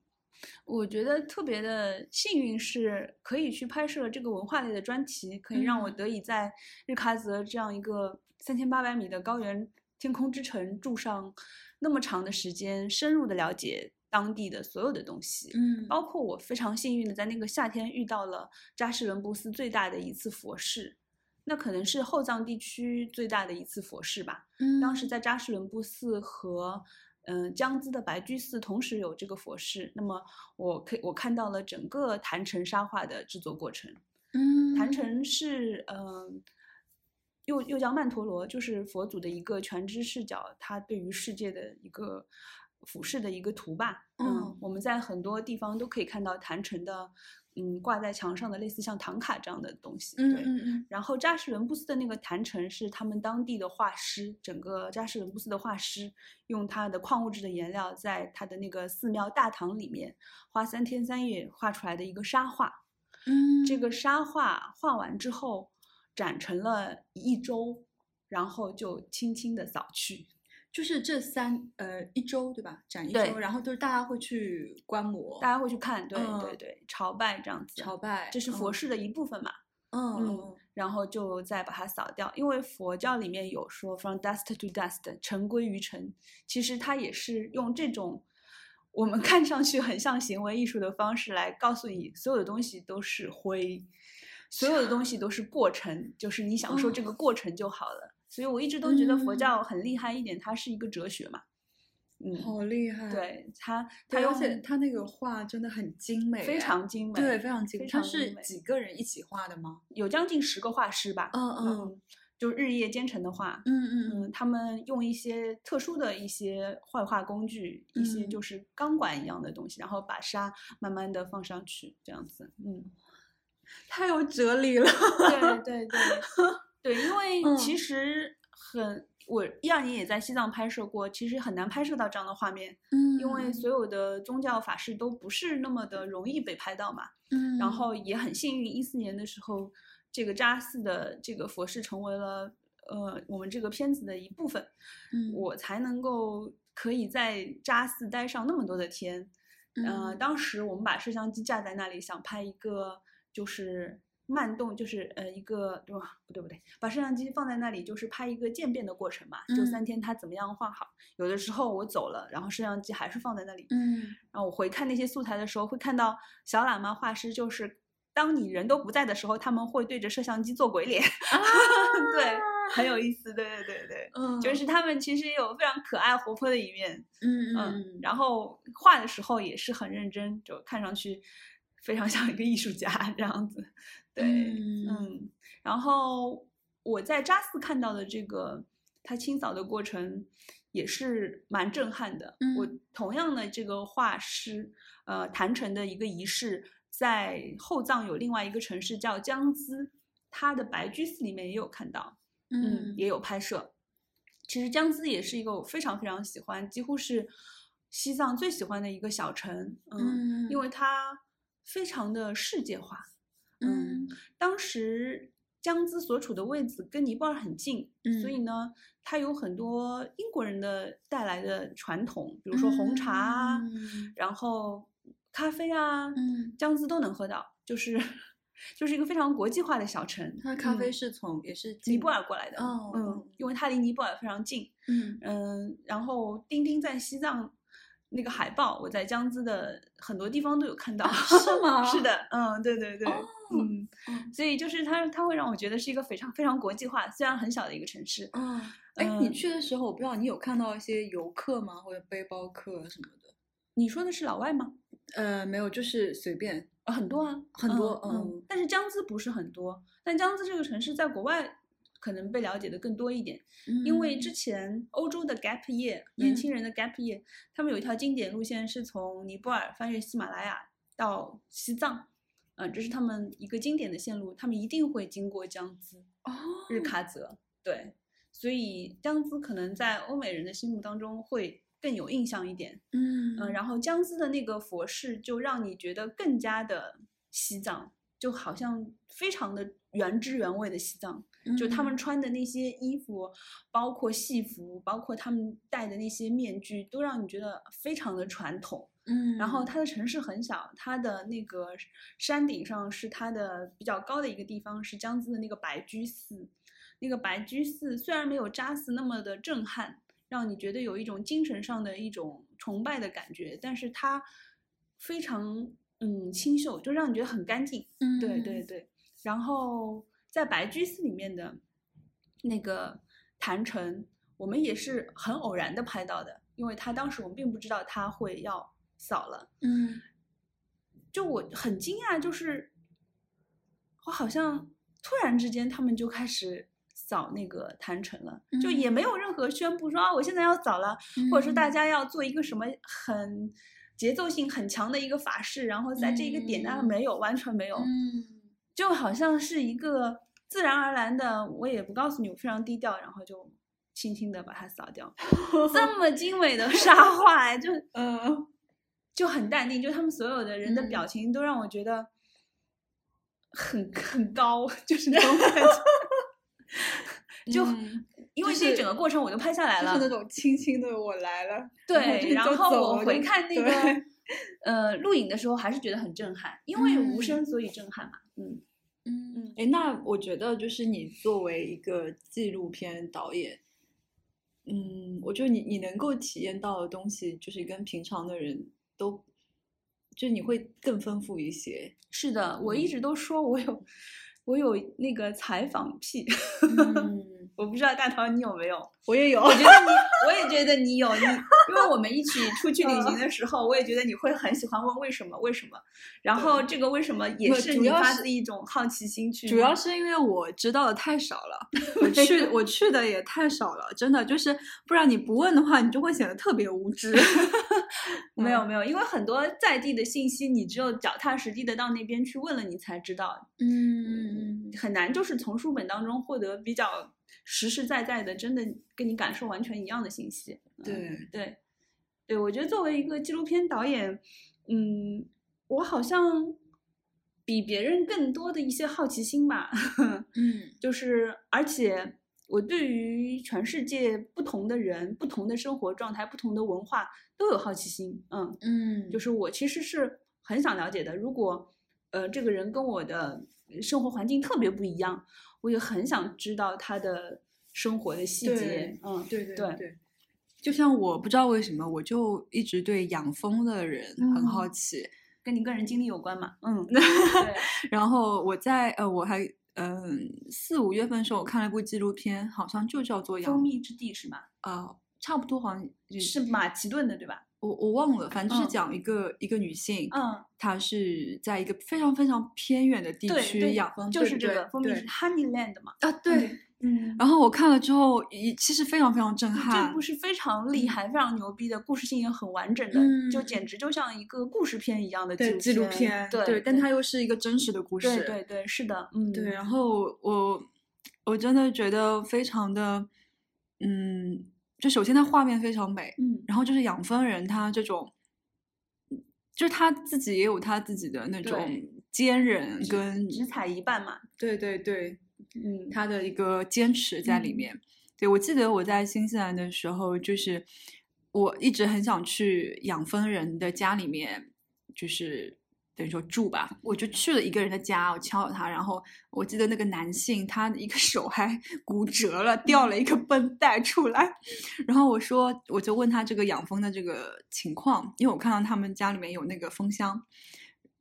Speaker 1: 我觉得特别的幸运是可以去拍摄这个文化类的专题，可以让我
Speaker 2: 嗯
Speaker 1: 得以在日喀则这样一个三千八百米的高原天空之城住上那么长的时间，深入的了解当地的所有的东西。
Speaker 2: 嗯
Speaker 1: 包括我非常幸运的在那个夏天遇到了扎什伦布斯最大的一次佛事，那可能是后藏地区最大的一次佛事吧。
Speaker 2: 嗯
Speaker 1: 当时在扎什伦布寺和嗯、呃江孜的白居寺同时有这个佛事，那么我可以我看到了整个坛城沙画的制作过程。
Speaker 2: 嗯，
Speaker 1: 坛城是呃，又又叫曼陀罗，就是佛祖的一个全知视角，他对于世界的一个俯视的一个图吧。
Speaker 2: 嗯
Speaker 1: 我们在很多地方都可以看到坛城的，嗯，挂在墙上的类似像唐卡这样的东西。
Speaker 2: 嗯
Speaker 1: 对。
Speaker 2: 嗯嗯，
Speaker 1: 然后扎什伦布斯的那个坛城是他们当地的画师，整个扎什伦布斯的画师用他的矿物质的颜料，在他的那个寺庙大堂里面花三天三夜画出来的一个沙画。
Speaker 2: 嗯
Speaker 1: 这个沙画画完之后，展成了一周，然后就轻轻的扫去。
Speaker 2: 就是这三呃一周对吧？展一
Speaker 1: 对
Speaker 2: 周，然后就是大家会去观摩、
Speaker 1: 大家会去看，对、
Speaker 2: 嗯
Speaker 1: 对对，朝拜这样子。
Speaker 2: 朝拜，
Speaker 1: 这是佛事的一部分嘛，
Speaker 2: 嗯，嗯
Speaker 1: 嗯然后就再把它扫掉，因为佛教里面有说 “from dust to dust”，尘归于尘。其实它也是用这种我们看上去很像行为艺术的方式来告诉你，所有的东西都是灰，所有的东西都是过程，就是你享受这个过程就好了。所以我一直都觉得佛
Speaker 2: 哦嗯
Speaker 1: 教很厉害一点，它是一个哲学嘛。
Speaker 2: 嗯
Speaker 1: 嗯，
Speaker 2: 好厉害，
Speaker 1: 对它，它
Speaker 2: 对，而
Speaker 1: 用
Speaker 2: 且他那个画真的很精美哎，
Speaker 1: 非常精美，
Speaker 2: 对，非常精
Speaker 1: 非
Speaker 2: 美。他
Speaker 1: 常
Speaker 2: 是
Speaker 1: 精美
Speaker 2: 几个人一起画的吗？
Speaker 1: 有将近十个画师吧。
Speaker 2: 嗯嗯
Speaker 1: 嗯，就日夜兼程的画。
Speaker 2: 嗯嗯
Speaker 1: 嗯，他们用一些特殊的一些绘画工具，一些
Speaker 2: 嗯
Speaker 1: 就是钢管一样的东西，然后把沙慢慢的放上去，这样子。嗯，
Speaker 2: 太有哲理了。
Speaker 1: 对对对对，因为
Speaker 2: 嗯
Speaker 1: 其实很，我一二年也在西藏拍摄过，其实很难拍摄到这样的画面，
Speaker 2: 嗯
Speaker 1: 因为所有的宗教法事都不是那么的容易被拍到嘛。
Speaker 2: 嗯，
Speaker 1: 然后也很幸运，一四年的时候，这个扎寺的这个佛事成为了呃我们这个片子的一部分，
Speaker 2: 嗯
Speaker 1: 我才能够可以在扎寺待上那么多的天。呃，
Speaker 2: 嗯
Speaker 1: 当时我们把摄像机架在那里，想拍一个就是慢动，就是呃一个对吧？不对不对，把摄像机放在那里，就是拍一个渐变的过程嘛，就
Speaker 2: 嗯
Speaker 1: 三天它怎么样画好。有的时候我走了，然后摄像机还是放在那里，
Speaker 2: 嗯
Speaker 1: 然后我回看那些素材的时候，会看到小喇嘛画师就是。当你人都不在的时候，他们会对着摄像机做鬼脸，
Speaker 2: 啊
Speaker 1: 对，很有意思。对对对对，
Speaker 2: 嗯
Speaker 1: 就是他们其实也有非常可爱活泼的一面，
Speaker 2: 嗯
Speaker 1: 嗯
Speaker 2: 嗯，
Speaker 1: 然后画的时候也是很认真，就看上去非常像一个艺术家这样子。对，
Speaker 2: 嗯
Speaker 1: 嗯，然后我在扎寺看到的这个他清扫的过程也是蛮震撼的。我
Speaker 2: 嗯
Speaker 1: 同样的这个画师，呃，坛城的一个仪式，在后藏有另外一个城市叫江孜，它的白居寺里面也有看到。嗯，也有拍摄。其实江孜也是一个我非常非常喜欢，几乎是西藏最喜欢的一个小城。嗯，
Speaker 2: 嗯，
Speaker 1: 因为它非常的世界化。
Speaker 2: 嗯
Speaker 1: 当时江孜所处的位置跟尼泊尔很近，所以
Speaker 2: 嗯
Speaker 1: 呢，它有很多英国人的带来的传统，比如说红茶啊，
Speaker 2: 嗯
Speaker 1: 然后咖啡啊，
Speaker 2: 嗯
Speaker 1: 江孜都能喝到，就是 就是一个非常国际化的小城。
Speaker 2: 他的咖啡
Speaker 1: 嗯啊
Speaker 2: 是从也是
Speaker 1: 尼
Speaker 2: 进
Speaker 1: 泊尔过来的，
Speaker 2: 哦
Speaker 1: 嗯，因为它离尼泊尔非常近，
Speaker 2: 嗯
Speaker 1: 嗯，然后钉钉在西藏那个海报，我在江孜的很多地方都有看到，
Speaker 2: 是吗
Speaker 1: 啊是的，嗯，对对对，嗯，
Speaker 2: 嗯
Speaker 1: 所以就是它，它会让我觉得是一个非常非常国际化，虽然很小的一个城市，
Speaker 2: 嗯，哎，你
Speaker 1: 嗯
Speaker 2: 去的时候，我不知道你有看到一些游客吗，或者背包客啊什么的？
Speaker 1: 你说的是老外吗？
Speaker 2: 呃，没有，就是随便。
Speaker 1: 啊很多啊，
Speaker 2: 很多
Speaker 1: 嗯，
Speaker 2: 嗯
Speaker 1: 但是江孜不是很多，但江孜这个城市在国外可能被了解的更多一点，嗯因为之前欧洲的 gap year，年
Speaker 2: 嗯
Speaker 1: 轻人的 gap year，、他们有一条经典路线是从尼泊尔翻越喜马拉雅到西藏，嗯、这是他们一个经典的线路，他们一定会经过江孜、
Speaker 2: 哦，
Speaker 1: 日喀则，对，所以江孜可能在欧美人的心目当中会更有印象一点，
Speaker 2: 嗯
Speaker 1: 嗯、然后江孜的那个佛事就让你觉得更加的西藏，就好像非常的原汁原味的西藏。就他们
Speaker 2: 嗯
Speaker 1: 穿的那些衣服，包括戏服，包括他们戴的那些面具，都让你觉得非常的传统。
Speaker 2: 嗯，
Speaker 1: 然后它的城市很小，它的那个山顶上是它的比较高的一个地方，是江孜的那个白居寺。那个白居寺虽然没有扎寺那么的震撼，让你觉得有一种精神上的一种崇拜的感觉，但是它非常嗯清秀，就让你觉得很干净。对对
Speaker 2: 嗯
Speaker 1: 对，然后在白居寺里面的那个坛城，我们也是很偶然的拍到的，因为他当时我们并不知道他会要扫了，
Speaker 2: 嗯
Speaker 1: 就我很惊讶，就是我好像突然之间他们就开始扫那个坛城了，就也
Speaker 2: 嗯
Speaker 1: 没有任何宣布说啊我现在要扫了，或者说大
Speaker 2: 嗯
Speaker 1: 家要做一个什么很节奏性很强的一个法事，然后在这一个点那
Speaker 2: 嗯
Speaker 1: 没有，完全没有，
Speaker 2: 嗯
Speaker 1: 就好像是一个自然而然的，我也不告诉你，我非常低调，然后就轻轻的把它扫掉，这么精美的沙画，哎就
Speaker 2: 嗯
Speaker 1: 就很淡定，就他们所有的人的
Speaker 2: 嗯
Speaker 1: 表情都让我觉得很很高， 就是那种感觉。 就、
Speaker 2: 嗯
Speaker 1: 因
Speaker 2: 就
Speaker 1: 为这一
Speaker 2: 是
Speaker 1: 整个过程我都拍下来了，
Speaker 2: 就是那种轻轻的我来了，
Speaker 1: 对，然
Speaker 2: 然后就
Speaker 1: 后
Speaker 2: 走
Speaker 1: 我
Speaker 2: 了
Speaker 1: 回
Speaker 2: 就
Speaker 1: 看那
Speaker 2: 对
Speaker 1: 个呃录影的时候，还是觉得很震撼，因为无
Speaker 2: 嗯
Speaker 1: 声所以震撼嘛。嗯
Speaker 2: 嗯，哎，那我觉得就是你作为一个纪录片导演，嗯，我觉得你你能够体验到的东西，就是跟平常的人都，就你会更丰富一些。
Speaker 1: 是的，我一直都说我有我有那个采访癖，
Speaker 2: 嗯，
Speaker 1: 我不知道大桃你有没有？
Speaker 2: 我也有，
Speaker 1: 我觉得你，我也觉得你有你，因为我们一起出去旅行的时候，我也觉得你会很喜欢问为什么为什么，然后这个为什么也
Speaker 2: 不
Speaker 1: 是
Speaker 2: 主
Speaker 1: 你
Speaker 2: 要
Speaker 1: 发
Speaker 2: 是
Speaker 1: 自一种好奇心去，
Speaker 2: 主要是因为我知道的太少 了，我去我去的也太少了，真的就是不然你不问的话，你就会显得特别无知。
Speaker 1: 没
Speaker 2: 嗯
Speaker 1: 有没有，因为很多在地的信息，你只有脚踏实地的到那边去问了，你才知道，嗯
Speaker 2: 嗯
Speaker 1: 很难就是从书本当中获得比较实实在在的，真的跟你感受完全一样的信息。嗯
Speaker 2: 对
Speaker 1: 对对，我觉得作为一个纪录片导演，嗯，我好像比别人更多的一些好奇心吧，
Speaker 2: 嗯
Speaker 1: 就是而且我对于全世界不同的人、不同的生活状态、不同的文化都有好奇心，嗯，
Speaker 2: 嗯
Speaker 1: 就是我其实是很想了解的。如果呃这个人跟我的生活环境特别不一样，我也很想知道他的生活的细节
Speaker 2: 对。
Speaker 1: 嗯，
Speaker 2: 对对
Speaker 1: 对
Speaker 2: 对，就像我不知道为什么，我就一直对养蜂的人很好
Speaker 1: 嗯
Speaker 2: 奇。
Speaker 1: 跟你个人经历有关嘛？ 嗯，对，
Speaker 2: 然后我在呃，我还嗯、四五月份的时候，我看了一部纪录片，好像就叫做
Speaker 1: 蜂
Speaker 2: 养
Speaker 1: 蜜之地是吗？
Speaker 2: 呃，差不多好像也
Speaker 1: 是马其顿的对吧？
Speaker 2: 我我忘了，反正就是
Speaker 1: 嗯
Speaker 2: 讲一个、一个女性，
Speaker 1: 嗯，
Speaker 2: 她是在一个非常非常偏远的地
Speaker 1: 对
Speaker 2: 区
Speaker 1: 对
Speaker 2: 养蜂，
Speaker 1: 就
Speaker 2: 对
Speaker 1: 是这
Speaker 2: 对
Speaker 1: 个蜂蜜
Speaker 2: 对
Speaker 1: 是 Honeyland 嘛？
Speaker 2: 啊，对。
Speaker 1: 嗯
Speaker 2: 然后我看了之后，一其实非常非常震
Speaker 1: 这
Speaker 2: 撼
Speaker 1: 部，是非常厉害、非常牛逼的，故事性也很完整的，就
Speaker 2: 嗯
Speaker 1: 简直就像一个故事片一样的
Speaker 2: 对
Speaker 1: 纪
Speaker 2: 纪录
Speaker 1: 片。对，
Speaker 2: 对，但它又是一个真实的故事，
Speaker 1: 对对对，是的，嗯，
Speaker 2: 对，然后我我真的觉得非常的，嗯，就首先它画面非常美，
Speaker 1: 嗯，
Speaker 2: 然后就是养蜂人他这种，就是他自己也有他自己的那
Speaker 1: 对
Speaker 2: 种坚韧
Speaker 1: 只
Speaker 2: 跟，
Speaker 1: 只采一半嘛，
Speaker 2: 对对对，
Speaker 1: 嗯，
Speaker 2: 他的一个坚持在里
Speaker 1: 嗯
Speaker 2: 面。对我记得我在新西兰的时候，就是我一直很想去养蜂人的家里面，就是等于说住吧，我就去了一个人的家，我敲了他，然后我记得那个男性他的一个手还骨折了，掉
Speaker 1: 嗯
Speaker 2: 了一个绷带出来，然后我说我就问他这个养蜂的这个情况，因为我看到他们家里面有那个蜂箱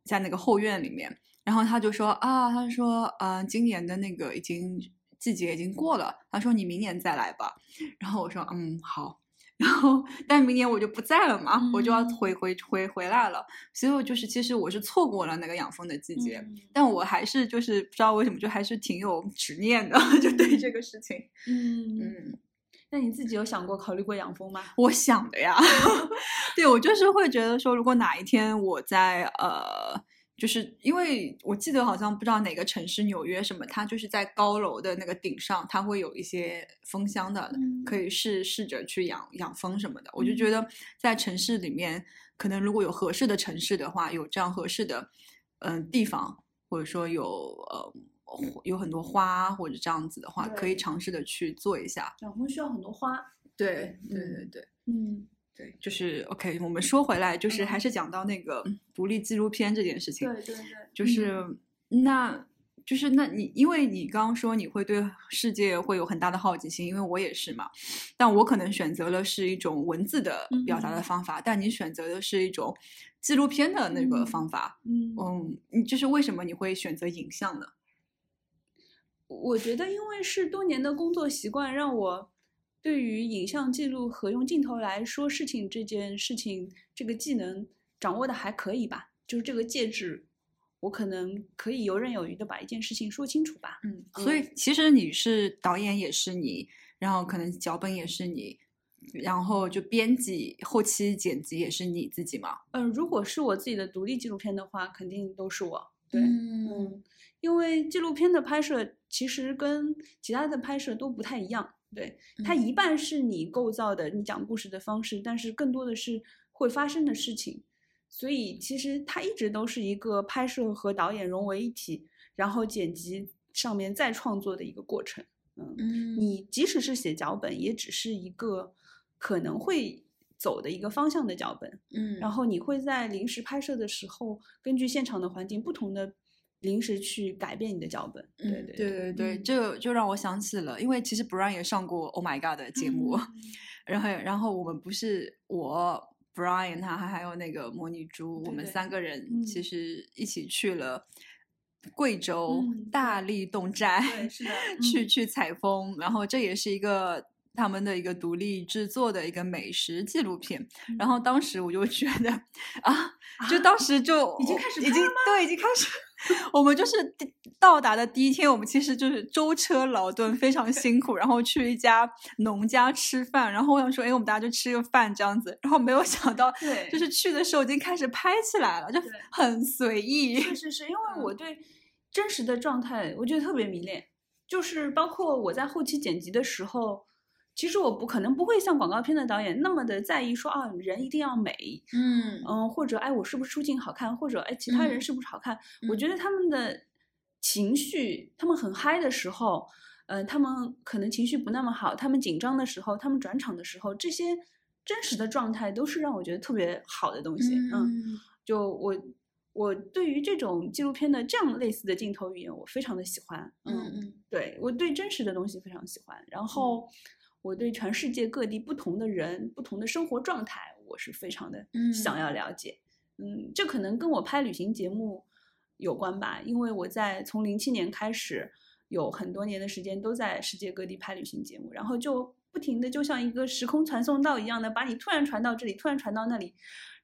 Speaker 2: 在那个后院里面，然后他就说啊，他说，嗯、今年的那个已经季节已经过了，他说你明年再来吧。然后我说，嗯，好。 然后，但明年我就不在了嘛，我就要
Speaker 1: 嗯
Speaker 2: 回回回回来了。所以我就是，其实我是错过了那个养蜂的季节，
Speaker 1: 嗯
Speaker 2: 但我还是就是不知道为什么，就还是挺有执念的， 就对这个事情。
Speaker 1: 嗯，
Speaker 2: 嗯，
Speaker 1: 那你自己有想过考虑过养蜂吗？
Speaker 2: 我想的呀， 对我就是会觉得说，如果哪一天我在呃，就是因为我记得好像不知道哪个城市，纽约什么，它就是在高楼的那个顶上，它会有一些蜂箱的，
Speaker 1: 嗯
Speaker 2: 可以试试着去养养蜂什么的。我就觉得在城市里面，可能如果有合适的城市的话，有这样合适的嗯、呃地方，或者说有呃。有很多花或者这样子的话，可以
Speaker 1: 对
Speaker 2: 尝试的去做一下。
Speaker 1: 养蜂需要很多花，
Speaker 2: 对对对
Speaker 1: 嗯
Speaker 2: 对，
Speaker 1: 嗯，
Speaker 2: 对，就是 OK。我们说回来，就是还是讲到那个独立纪录片这件事情，
Speaker 1: 嗯对嗯对对，
Speaker 2: 就是、那，就是那你，因为你刚刚说你会对世界会有很大的好奇心，因为我也是嘛，但我可能选择了是一种文字的表达的
Speaker 1: 嗯
Speaker 2: 方法，但你选择的是一种纪录片的那个
Speaker 1: 嗯
Speaker 2: 方法。
Speaker 1: 嗯，
Speaker 2: 嗯，你就是为什么你会选择影像呢？
Speaker 1: 我觉得因为是多年的工作习惯，让我对于影像记录和用镜头来说事情这件事情这个技能掌握的还可以吧，就是这个介质，我可能可以游刃有余的把一件事情说清楚吧。
Speaker 2: 嗯，所以其实你是导演也是你，然后可能脚本也是你，然后就编辑、后期剪辑也是你自己嘛？
Speaker 1: 呃，如果是我自己的独立纪录片的话，肯定都是我。对，
Speaker 2: 嗯，
Speaker 1: 嗯，因为纪录片的拍摄其实跟其他的拍摄都不太一样，对，它
Speaker 2: 嗯
Speaker 1: 一半是你构造的你讲故事的方式，但是更多的是会发生的事情，所以其实它一直都是一个拍摄和导演融为一体，然后剪辑上面再创作的一个过程。嗯，
Speaker 2: 嗯
Speaker 1: 你即使是写脚本，也只是一个可能会走的一个方向的脚本，
Speaker 2: 嗯
Speaker 1: 然后你会在临时拍摄的时候，根据现场的环境不同的临时去改变你的脚本。对
Speaker 2: 嗯
Speaker 1: 对
Speaker 2: 对
Speaker 1: 对，
Speaker 2: 对对，
Speaker 1: 嗯
Speaker 2: 这就让我想起了，因为其实 Brown 也上过 Oh My God 的节目，
Speaker 1: 嗯
Speaker 2: 然后然后我们不是我 Brian 他还有那个魔女猪，我
Speaker 1: 对
Speaker 2: 们
Speaker 1: 对
Speaker 2: 三个人其
Speaker 1: 嗯
Speaker 2: 实一起去了贵州
Speaker 1: 嗯
Speaker 2: 大
Speaker 1: 对
Speaker 2: 力洞寨，
Speaker 1: 对 是的
Speaker 2: 去
Speaker 1: 嗯
Speaker 2: 去采风，然后这也是一个。他们的一个独立制作的一个美食纪录片，然后当时我就觉得啊，
Speaker 1: 嗯
Speaker 2: 就
Speaker 1: 啊
Speaker 2: 当时就
Speaker 1: 已经
Speaker 2: 我
Speaker 1: 开始
Speaker 2: 已
Speaker 1: 拍
Speaker 2: 经对，已经开始。我们就是第到达的第一天，我们其实就是舟车劳顿，非常辛苦，然后去一家农家吃饭。然后我想说，哎，我们大家就吃个饭这样子。然后没有想到，
Speaker 1: 对
Speaker 2: 就是去的时候已经开始拍起来了，就
Speaker 1: 对
Speaker 2: 很随意。
Speaker 1: 确实是因为我对真实的状态，我觉得特别迷恋，就是包括我在后期剪辑的时候。其实我不可能不会像广告片的导演那么的在意说啊人一定要美，
Speaker 2: 嗯
Speaker 1: 嗯，或者哎，我是不是出镜好看，或者哎，其他人
Speaker 2: 嗯
Speaker 1: 是不是好看？我觉
Speaker 2: 嗯
Speaker 1: 得他们的情绪，他们很嗨的时候，嗯、他们可能情绪不那么好，他们紧张的时候，他们转场的时候，这些真实的状态都是让我觉得特别好的东西。嗯，就我我对于这种纪录片的这样类似的镜头语言，我非常的喜欢。
Speaker 2: 嗯
Speaker 1: 对我对真实的东西非常喜欢，然后我对全世界各地不同的人、不同的生活状态，我是非常的
Speaker 2: 嗯
Speaker 1: 想要了解。嗯，这可能跟我拍旅行节目有关吧，因为我在从零七年开始，有很多年的时间都在世界各地拍旅行节目，然后就不停的就像一个时空传送到一样的，把你突然传到这里，突然传到那里，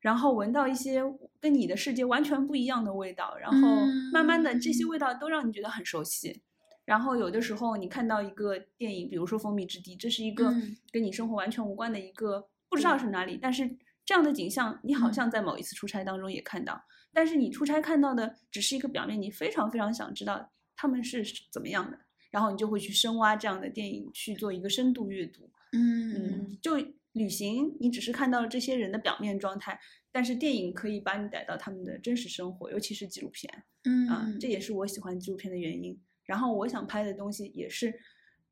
Speaker 1: 然后闻到一些跟你的世界完全不一样的味道，然后慢慢的这些
Speaker 2: 嗯
Speaker 1: 味道都让你觉得很熟悉。然后有的时候你看到一个电影，比如说《蜂蜜之地》，这是一个
Speaker 2: 嗯
Speaker 1: 跟你生活完全无关的一个，不知道是哪里，但是这样的景象，你好
Speaker 2: 嗯
Speaker 1: 像在某一次出差当中也看到，但是你出差看到的只是一个表面，你非常非常想知道他们是怎么样的，然后你就会去深挖这样的电影去做一个深度阅读。
Speaker 2: 嗯
Speaker 1: 嗯，就旅行，你只是看到了这些人的表面状态，但是电影可以把你带到他们的真实生活，尤其是纪录片。
Speaker 2: 嗯
Speaker 1: 啊，这也是我喜欢纪录片的原因。然后我想拍的东西也是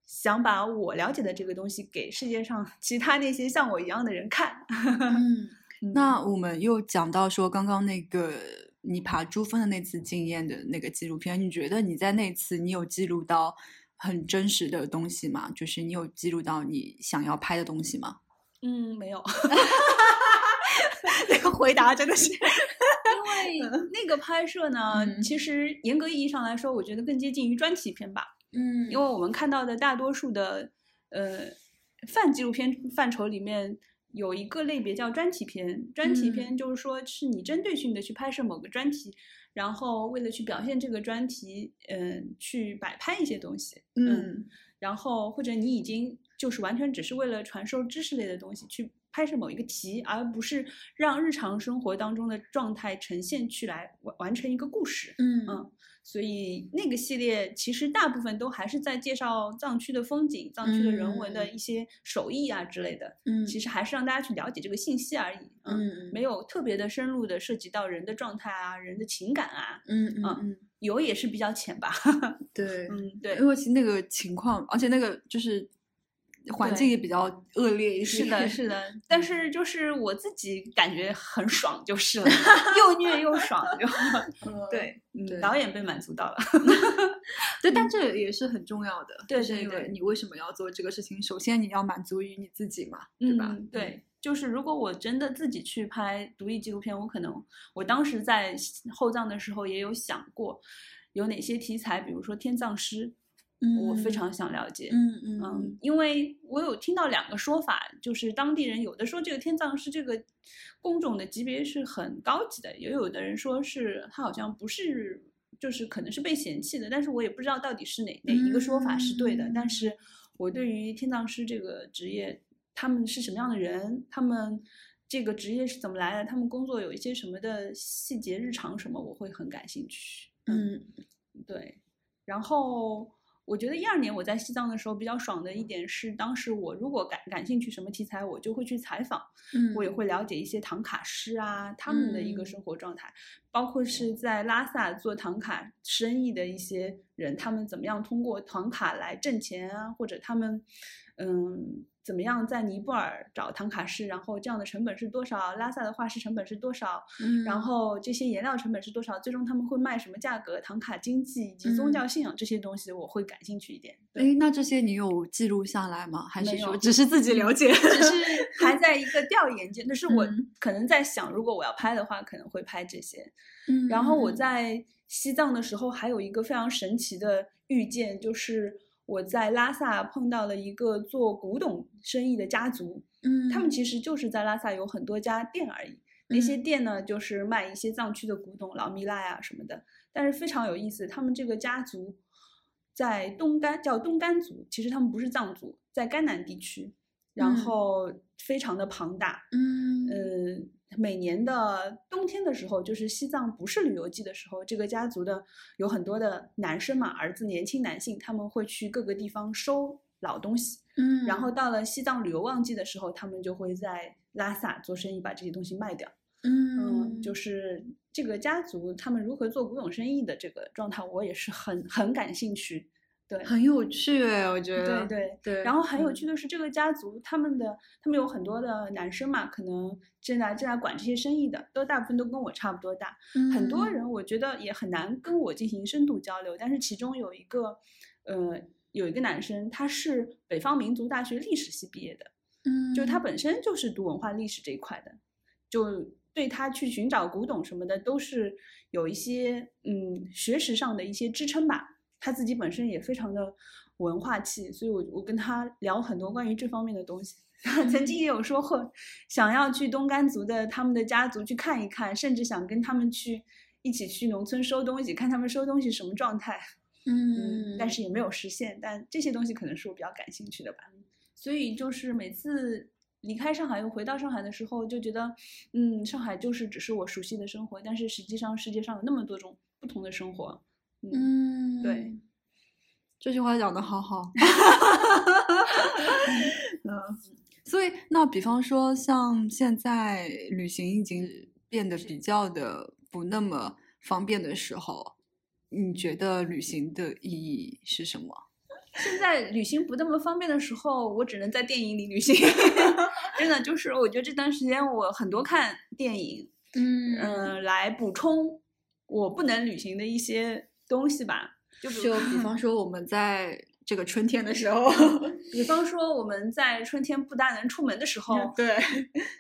Speaker 1: 想把我了解的这个东西给世界上 其他那些像我一样的人看。
Speaker 2: 嗯。
Speaker 1: 嗯
Speaker 2: 那我们又讲到说，刚刚那个你爬珠峰的那次经验的那个纪录片，你觉得你在那次你有记录到很真实的东西吗？就是你有记录到你想要拍的东西吗？
Speaker 1: 嗯，没 有，
Speaker 2: 那个回答真的是
Speaker 1: 因为那个拍摄呢，
Speaker 2: 嗯
Speaker 1: 其实严格意义上来说，我觉得更接近于专题片吧，
Speaker 2: 嗯
Speaker 1: 因为我们看到的大多数的呃泛纪录片范畴里面。有一个类别叫专题片，专题
Speaker 2: 嗯
Speaker 1: 片就是说是你针对性的去拍摄某个专题，然后为了去表现这个专题，嗯、去摆拍一些东西，
Speaker 2: 嗯
Speaker 1: 然后或者你已经就是完全只是为了传授知识类的东西去拍摄某一个题，而不是让日常生活当中的状态呈现去来完完成一个故事。
Speaker 2: 嗯
Speaker 1: 嗯，所以那个系列其实大部分都还是在介绍藏区的风景、藏区的人文的
Speaker 2: 嗯
Speaker 1: 一些手艺啊之类的，
Speaker 2: 嗯
Speaker 1: 其实还是让大家去了解这个信息而已。嗯，
Speaker 2: 嗯
Speaker 1: 没有特别的深入的涉及到人的状态啊、人的情感啊，
Speaker 2: 嗯嗯
Speaker 1: 嗯
Speaker 2: 嗯
Speaker 1: 有也是比较浅吧。
Speaker 2: 对
Speaker 1: 嗯，对
Speaker 2: 因，为其实那个情况，而且那个就是环境
Speaker 1: 对
Speaker 2: 也比较恶劣一
Speaker 1: 是
Speaker 2: 些。
Speaker 1: 的，是的，
Speaker 2: 嗯
Speaker 1: 但是就是我自己感觉很爽就是了， 又虐又 爽就
Speaker 2: 嗯
Speaker 1: 对，
Speaker 2: 对
Speaker 1: 嗯，导演被满足到了。
Speaker 2: 对，但这也是很重要的。
Speaker 1: 嗯对
Speaker 2: 就是
Speaker 1: 对
Speaker 2: 因为
Speaker 1: 对
Speaker 2: 你为什么要做这个事情？首先你要满足于你自己嘛，对吧？
Speaker 1: 嗯对，就是如果我真的自己去拍独立纪录片，我可能我当时在后藏的时候也有想过，有哪些题材，比如说天葬师，我非常想了解。
Speaker 2: 嗯嗯
Speaker 1: 嗯，因为我有听到两个说法，就是当地人有的说这个天葬师这个工种的级别是很高级的，也有的人说是他好像不是，就是可能是被嫌弃的，但是我也不知道到底是哪哪一个说法是对的。但是我对于天葬师这个职业，他们是什么样的人，他们。这个职业是怎么来的？他们工作有一些什么的细节、日常什么，我会很感兴趣。
Speaker 2: 嗯
Speaker 1: 对，然后我觉得一二年我在西藏的时候比较爽的一点是，当时我如果感感兴趣什么题材，我就会去采访，
Speaker 2: 嗯，
Speaker 1: 我也会了解一些唐卡师啊他们的一个
Speaker 2: 嗯
Speaker 1: 生活状态，包括是在拉萨做唐卡生意的一些人，他们怎么样通过唐卡来挣钱啊，或者他们嗯怎么样在尼泊尔找唐卡师，然后这样的成本是多少，拉萨的画室成本是多少，
Speaker 2: 嗯，
Speaker 1: 然后这些颜料成本是多少？最终他们会卖什么价格？唐卡经济以及宗教信仰这些东西，我会感兴趣一点。对，
Speaker 2: 嗯哎，那这些你有记录下来吗？还
Speaker 1: 没
Speaker 2: 是
Speaker 1: 有
Speaker 2: 说只是自己了解？
Speaker 1: 只 是还在一个调研阶，那是我
Speaker 2: 嗯
Speaker 1: 可能在想，如果我要拍的话，可能会拍这些。
Speaker 2: 嗯
Speaker 1: 然后我在西藏的时候，还有一个非常神奇的遇见，就是我在拉萨碰到了一个做古董生意的家族，
Speaker 2: 嗯，嗯，
Speaker 1: 他们其实就是在拉萨有很多家店而已。那些
Speaker 2: 嗯
Speaker 1: 店呢，就是卖一些藏区的古董、老蜜蜡呀、什么的。但是非常有意思，他们这个家族在东干叫东干族，其实他们不是藏族，在甘南地区，然
Speaker 2: 嗯
Speaker 1: 后非常的庞大。
Speaker 2: 嗯
Speaker 1: 呃，每年的冬天的时候，就是西藏不是旅游季的时候，这个家族的有很多的男生嘛，儿子年轻男性，他们会去各个地方收老东西。
Speaker 2: 嗯，
Speaker 1: 然后到了西藏旅游旺季的时候，他们就会在拉萨做生意，把这些东西卖掉。
Speaker 2: 嗯
Speaker 1: 就是这个家族他们如何做古董生意的这个状态，我也是很很感兴趣。对，
Speaker 2: 很有趣哎，我觉
Speaker 1: 对
Speaker 2: 得
Speaker 1: 对。
Speaker 2: 对
Speaker 1: 然后很有
Speaker 2: 嗯
Speaker 1: 趣的是，这个家族他们的他们有很多的男生嘛，可能正在正在管这些生意的，都大部分都跟我差不多大。很多
Speaker 2: 嗯
Speaker 1: 人我觉得也很难跟我进行深度交流，但是其中有一个，呃，有一个男生，他是北方民族大学历史系毕业的，就他
Speaker 2: 嗯
Speaker 1: 本身就是读文化历史这一块的，就对他去寻找古董什么的都是有一些嗯学识上的一些支撑吧。他自己本身也非常的文化气，所以我我跟他聊很多关于这方面的东西。 他曾经也有说过，想要去东干族的他们的家族去看一看，甚至想跟他们去一起去农村收东西，看他们收东西什么状态。嗯，
Speaker 2: 嗯，
Speaker 1: 但是也没有实现。但这些东西可能是我比较感兴趣的吧。
Speaker 2: 嗯
Speaker 1: 所以就是每次离开上海又回到上海的时候，就觉得，嗯，上海就是只是我熟悉的生活，但是实际上世界上有那么多种不同的生活。嗯，
Speaker 2: 嗯
Speaker 1: 对。
Speaker 2: 这句话讲的好 好，嗯，所以那比方说，像现在旅行已经变得比较的不那么方便的时候，你觉得旅行的意义是什么？
Speaker 1: 现在旅行不那么方便的时候，我只能在电影里旅 行。真的就是，我觉得这段时间我很多看电影，
Speaker 2: 嗯
Speaker 1: 嗯、来补充我不能旅行的一些东西吧。就比如
Speaker 2: 就比方说我们在这个春天的 时候，
Speaker 1: 比方说我们在春天不大能出门的时候，
Speaker 2: 对，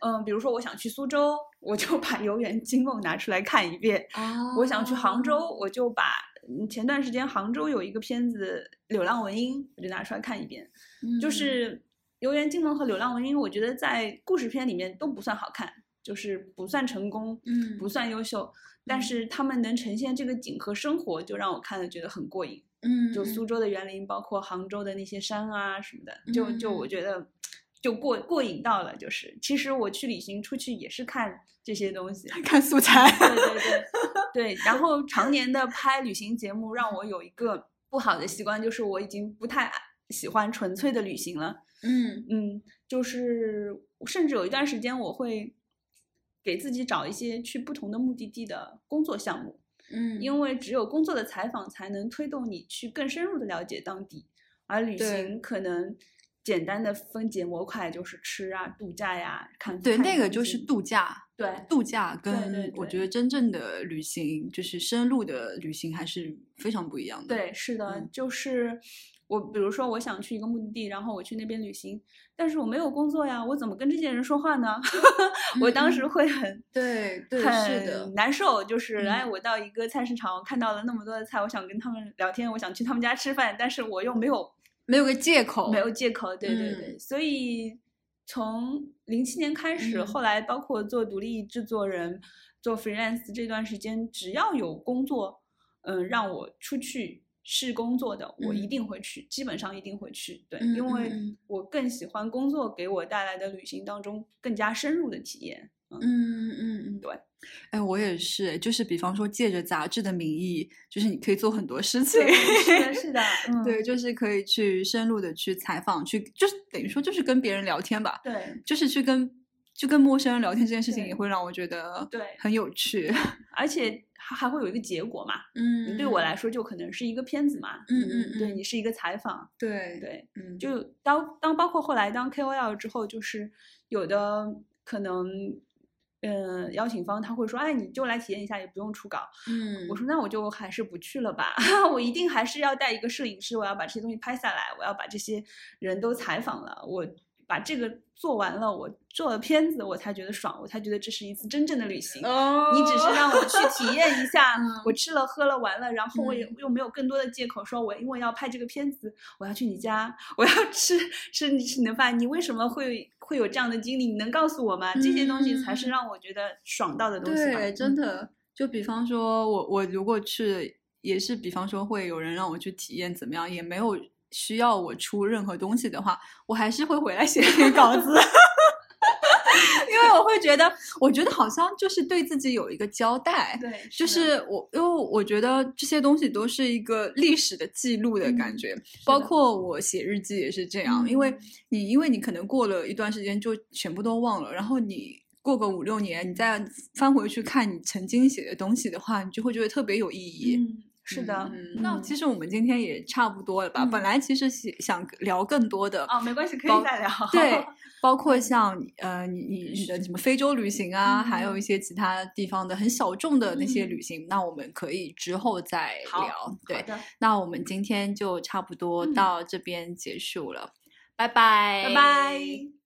Speaker 1: 嗯，比如说我想去苏州，我就把《游园惊梦》拿出来看一遍； 我想去杭
Speaker 2: 哦
Speaker 1: 州，我就把嗯前段时间杭州有一个片子《柳浪闻莺》，我就拿出来看一遍。
Speaker 2: 嗯，
Speaker 1: 就是《游园惊梦》和《柳浪闻莺》，我觉得在故事片里面都不算好看，就是不算成功，
Speaker 2: 嗯
Speaker 1: 不算优秀，但
Speaker 2: 嗯
Speaker 1: 是他们能呈现这个景和生活，就让我看了觉得很过瘾。
Speaker 2: 嗯，
Speaker 1: 就
Speaker 2: 嗯
Speaker 1: 苏州的园林，包括杭州的那些山啊什么的，就就我
Speaker 2: 嗯
Speaker 1: 觉得就过过瘾到了。就是其实我去旅行出去也是看这些东西，
Speaker 2: 看素材，
Speaker 1: 对对对对。然后常年的拍旅行节目，让我有一个不好的习惯，就是我已经不太喜欢纯粹的旅行了。
Speaker 2: 嗯
Speaker 1: 嗯，就是甚至有一段时间，我会给自己找一些去不同的目的地的工作项目。
Speaker 2: 嗯，
Speaker 1: 因为只有工作的采访才能推动你去更深入的了解当地，而旅
Speaker 2: 对
Speaker 1: 行可能简单的分解模块就是吃啊、度假呀、看
Speaker 2: 对，
Speaker 1: 看
Speaker 2: 那
Speaker 1: 风
Speaker 2: 个就是
Speaker 1: 景
Speaker 2: 度假，
Speaker 1: 对
Speaker 2: 度假
Speaker 1: 对对
Speaker 2: 跟我觉
Speaker 1: 对
Speaker 2: 得真正的旅行，就是深入的旅行还是非常不一样的。
Speaker 1: 对，是的，
Speaker 2: 嗯
Speaker 1: 就是我比如说我想去一个目的地，然后我去那边旅行，但是我没有工作呀，我怎么跟这些人说话呢？ 我当时会很
Speaker 2: 对嗯对是的
Speaker 1: 很，难受，就是
Speaker 2: 嗯
Speaker 1: 哎，我到一个菜市场，我看到了那么多的菜，我想跟他们聊天，我想去他们家吃饭，但是我又没有
Speaker 2: 没有个借口，嗯
Speaker 1: 没有借口，对对对，所以从零七年开始，
Speaker 2: 嗯
Speaker 1: 后来包括做独立制作人、做 freelance 这段时间，只要有工作，嗯，让我出去是工作的，我一
Speaker 2: 嗯
Speaker 1: 定会去，基本上一定会去，对，
Speaker 2: 嗯
Speaker 1: 因
Speaker 2: 嗯
Speaker 1: 为
Speaker 2: 嗯
Speaker 1: 我更喜欢工作给我带来的旅行当中更加深入的体验，
Speaker 2: 嗯嗯嗯，
Speaker 1: 对。
Speaker 2: 哎，我也是，就是比方说借着杂志的名义，就是你可以做很多事情。
Speaker 1: 是的， 是的，嗯，
Speaker 2: 对，就是可以去深入的去采访，去就是等于说就是跟别人聊天吧，
Speaker 1: 对。
Speaker 2: 就是去跟就跟陌生人聊天这件事情也
Speaker 1: 对
Speaker 2: 会让我觉得
Speaker 1: 对
Speaker 2: 很有趣。
Speaker 1: 而且还还会有一个结果嘛。
Speaker 2: 嗯
Speaker 1: 对我来说，就可能是一个片子嘛。
Speaker 2: 嗯嗯
Speaker 1: 对
Speaker 2: 嗯
Speaker 1: 你是一个采访。
Speaker 2: 对，
Speaker 1: 对，
Speaker 2: 嗯
Speaker 1: 就当当包括后来当 KOL 之后，就是有的可能，嗯、邀请方他会说，哎，你就来体验一下，也不用出稿。
Speaker 2: 嗯，
Speaker 1: 我说那我就还是不去了吧， 我一定还是要带一个摄影师，我要把这些东西拍下来，我要把这些人都采访了，我把这个做完了，我做了片子，我才觉得爽，我才觉得这是一次真正的旅行。
Speaker 2: 哦
Speaker 1: 你只是让我去体验一下
Speaker 2: 嗯，
Speaker 1: 我吃了喝了玩了，然后我也
Speaker 2: 嗯
Speaker 1: 又没有更多的借口说，我因为要拍这个片子，我要去你家，我要吃吃你吃你的饭，你为什么会会有这样的经历？你能告诉我吗？这些东西才是
Speaker 2: 嗯
Speaker 1: 让我觉得爽到的东西吧。嗯
Speaker 2: 对，真的，就比方说我我如果去，也是比方说会有人让我去体验怎么样，也没有需要我出任何东西的话，我还是会回来 写一 篇稿子。因为我会觉得，我觉得好像就是对自己有一个交代，
Speaker 1: 嗯对，的
Speaker 2: 就是我，因为我觉得这些东西都是一个历史的记录的感
Speaker 1: 嗯
Speaker 2: 觉，包
Speaker 1: 的
Speaker 2: 括我写日记也是这样，因为
Speaker 1: 嗯
Speaker 2: 你因为你可能过了一段时间就全部都忘了，然后你过个五六年，你再翻回去看你曾经写的东西的话，你就会觉得特别有意义。
Speaker 1: 嗯，是的，
Speaker 2: 嗯那
Speaker 1: 嗯
Speaker 2: 其实我们今天也差不多了吧？
Speaker 1: 嗯
Speaker 2: 本来其实想想聊更多的，
Speaker 1: 哦，没关系，可
Speaker 2: 包
Speaker 1: 以再聊。
Speaker 2: 对，包括像呃，你你你的什么非洲旅行啊，还有一
Speaker 1: 嗯
Speaker 2: 些其他地方的很小众的那些旅
Speaker 1: 嗯
Speaker 2: 行，那我们可以之后再
Speaker 1: 好
Speaker 2: 聊。
Speaker 1: 好
Speaker 2: 对，
Speaker 1: 的，
Speaker 2: 那我们今天就差不多
Speaker 1: 嗯
Speaker 2: 到这边结束了，拜拜，
Speaker 1: 拜拜。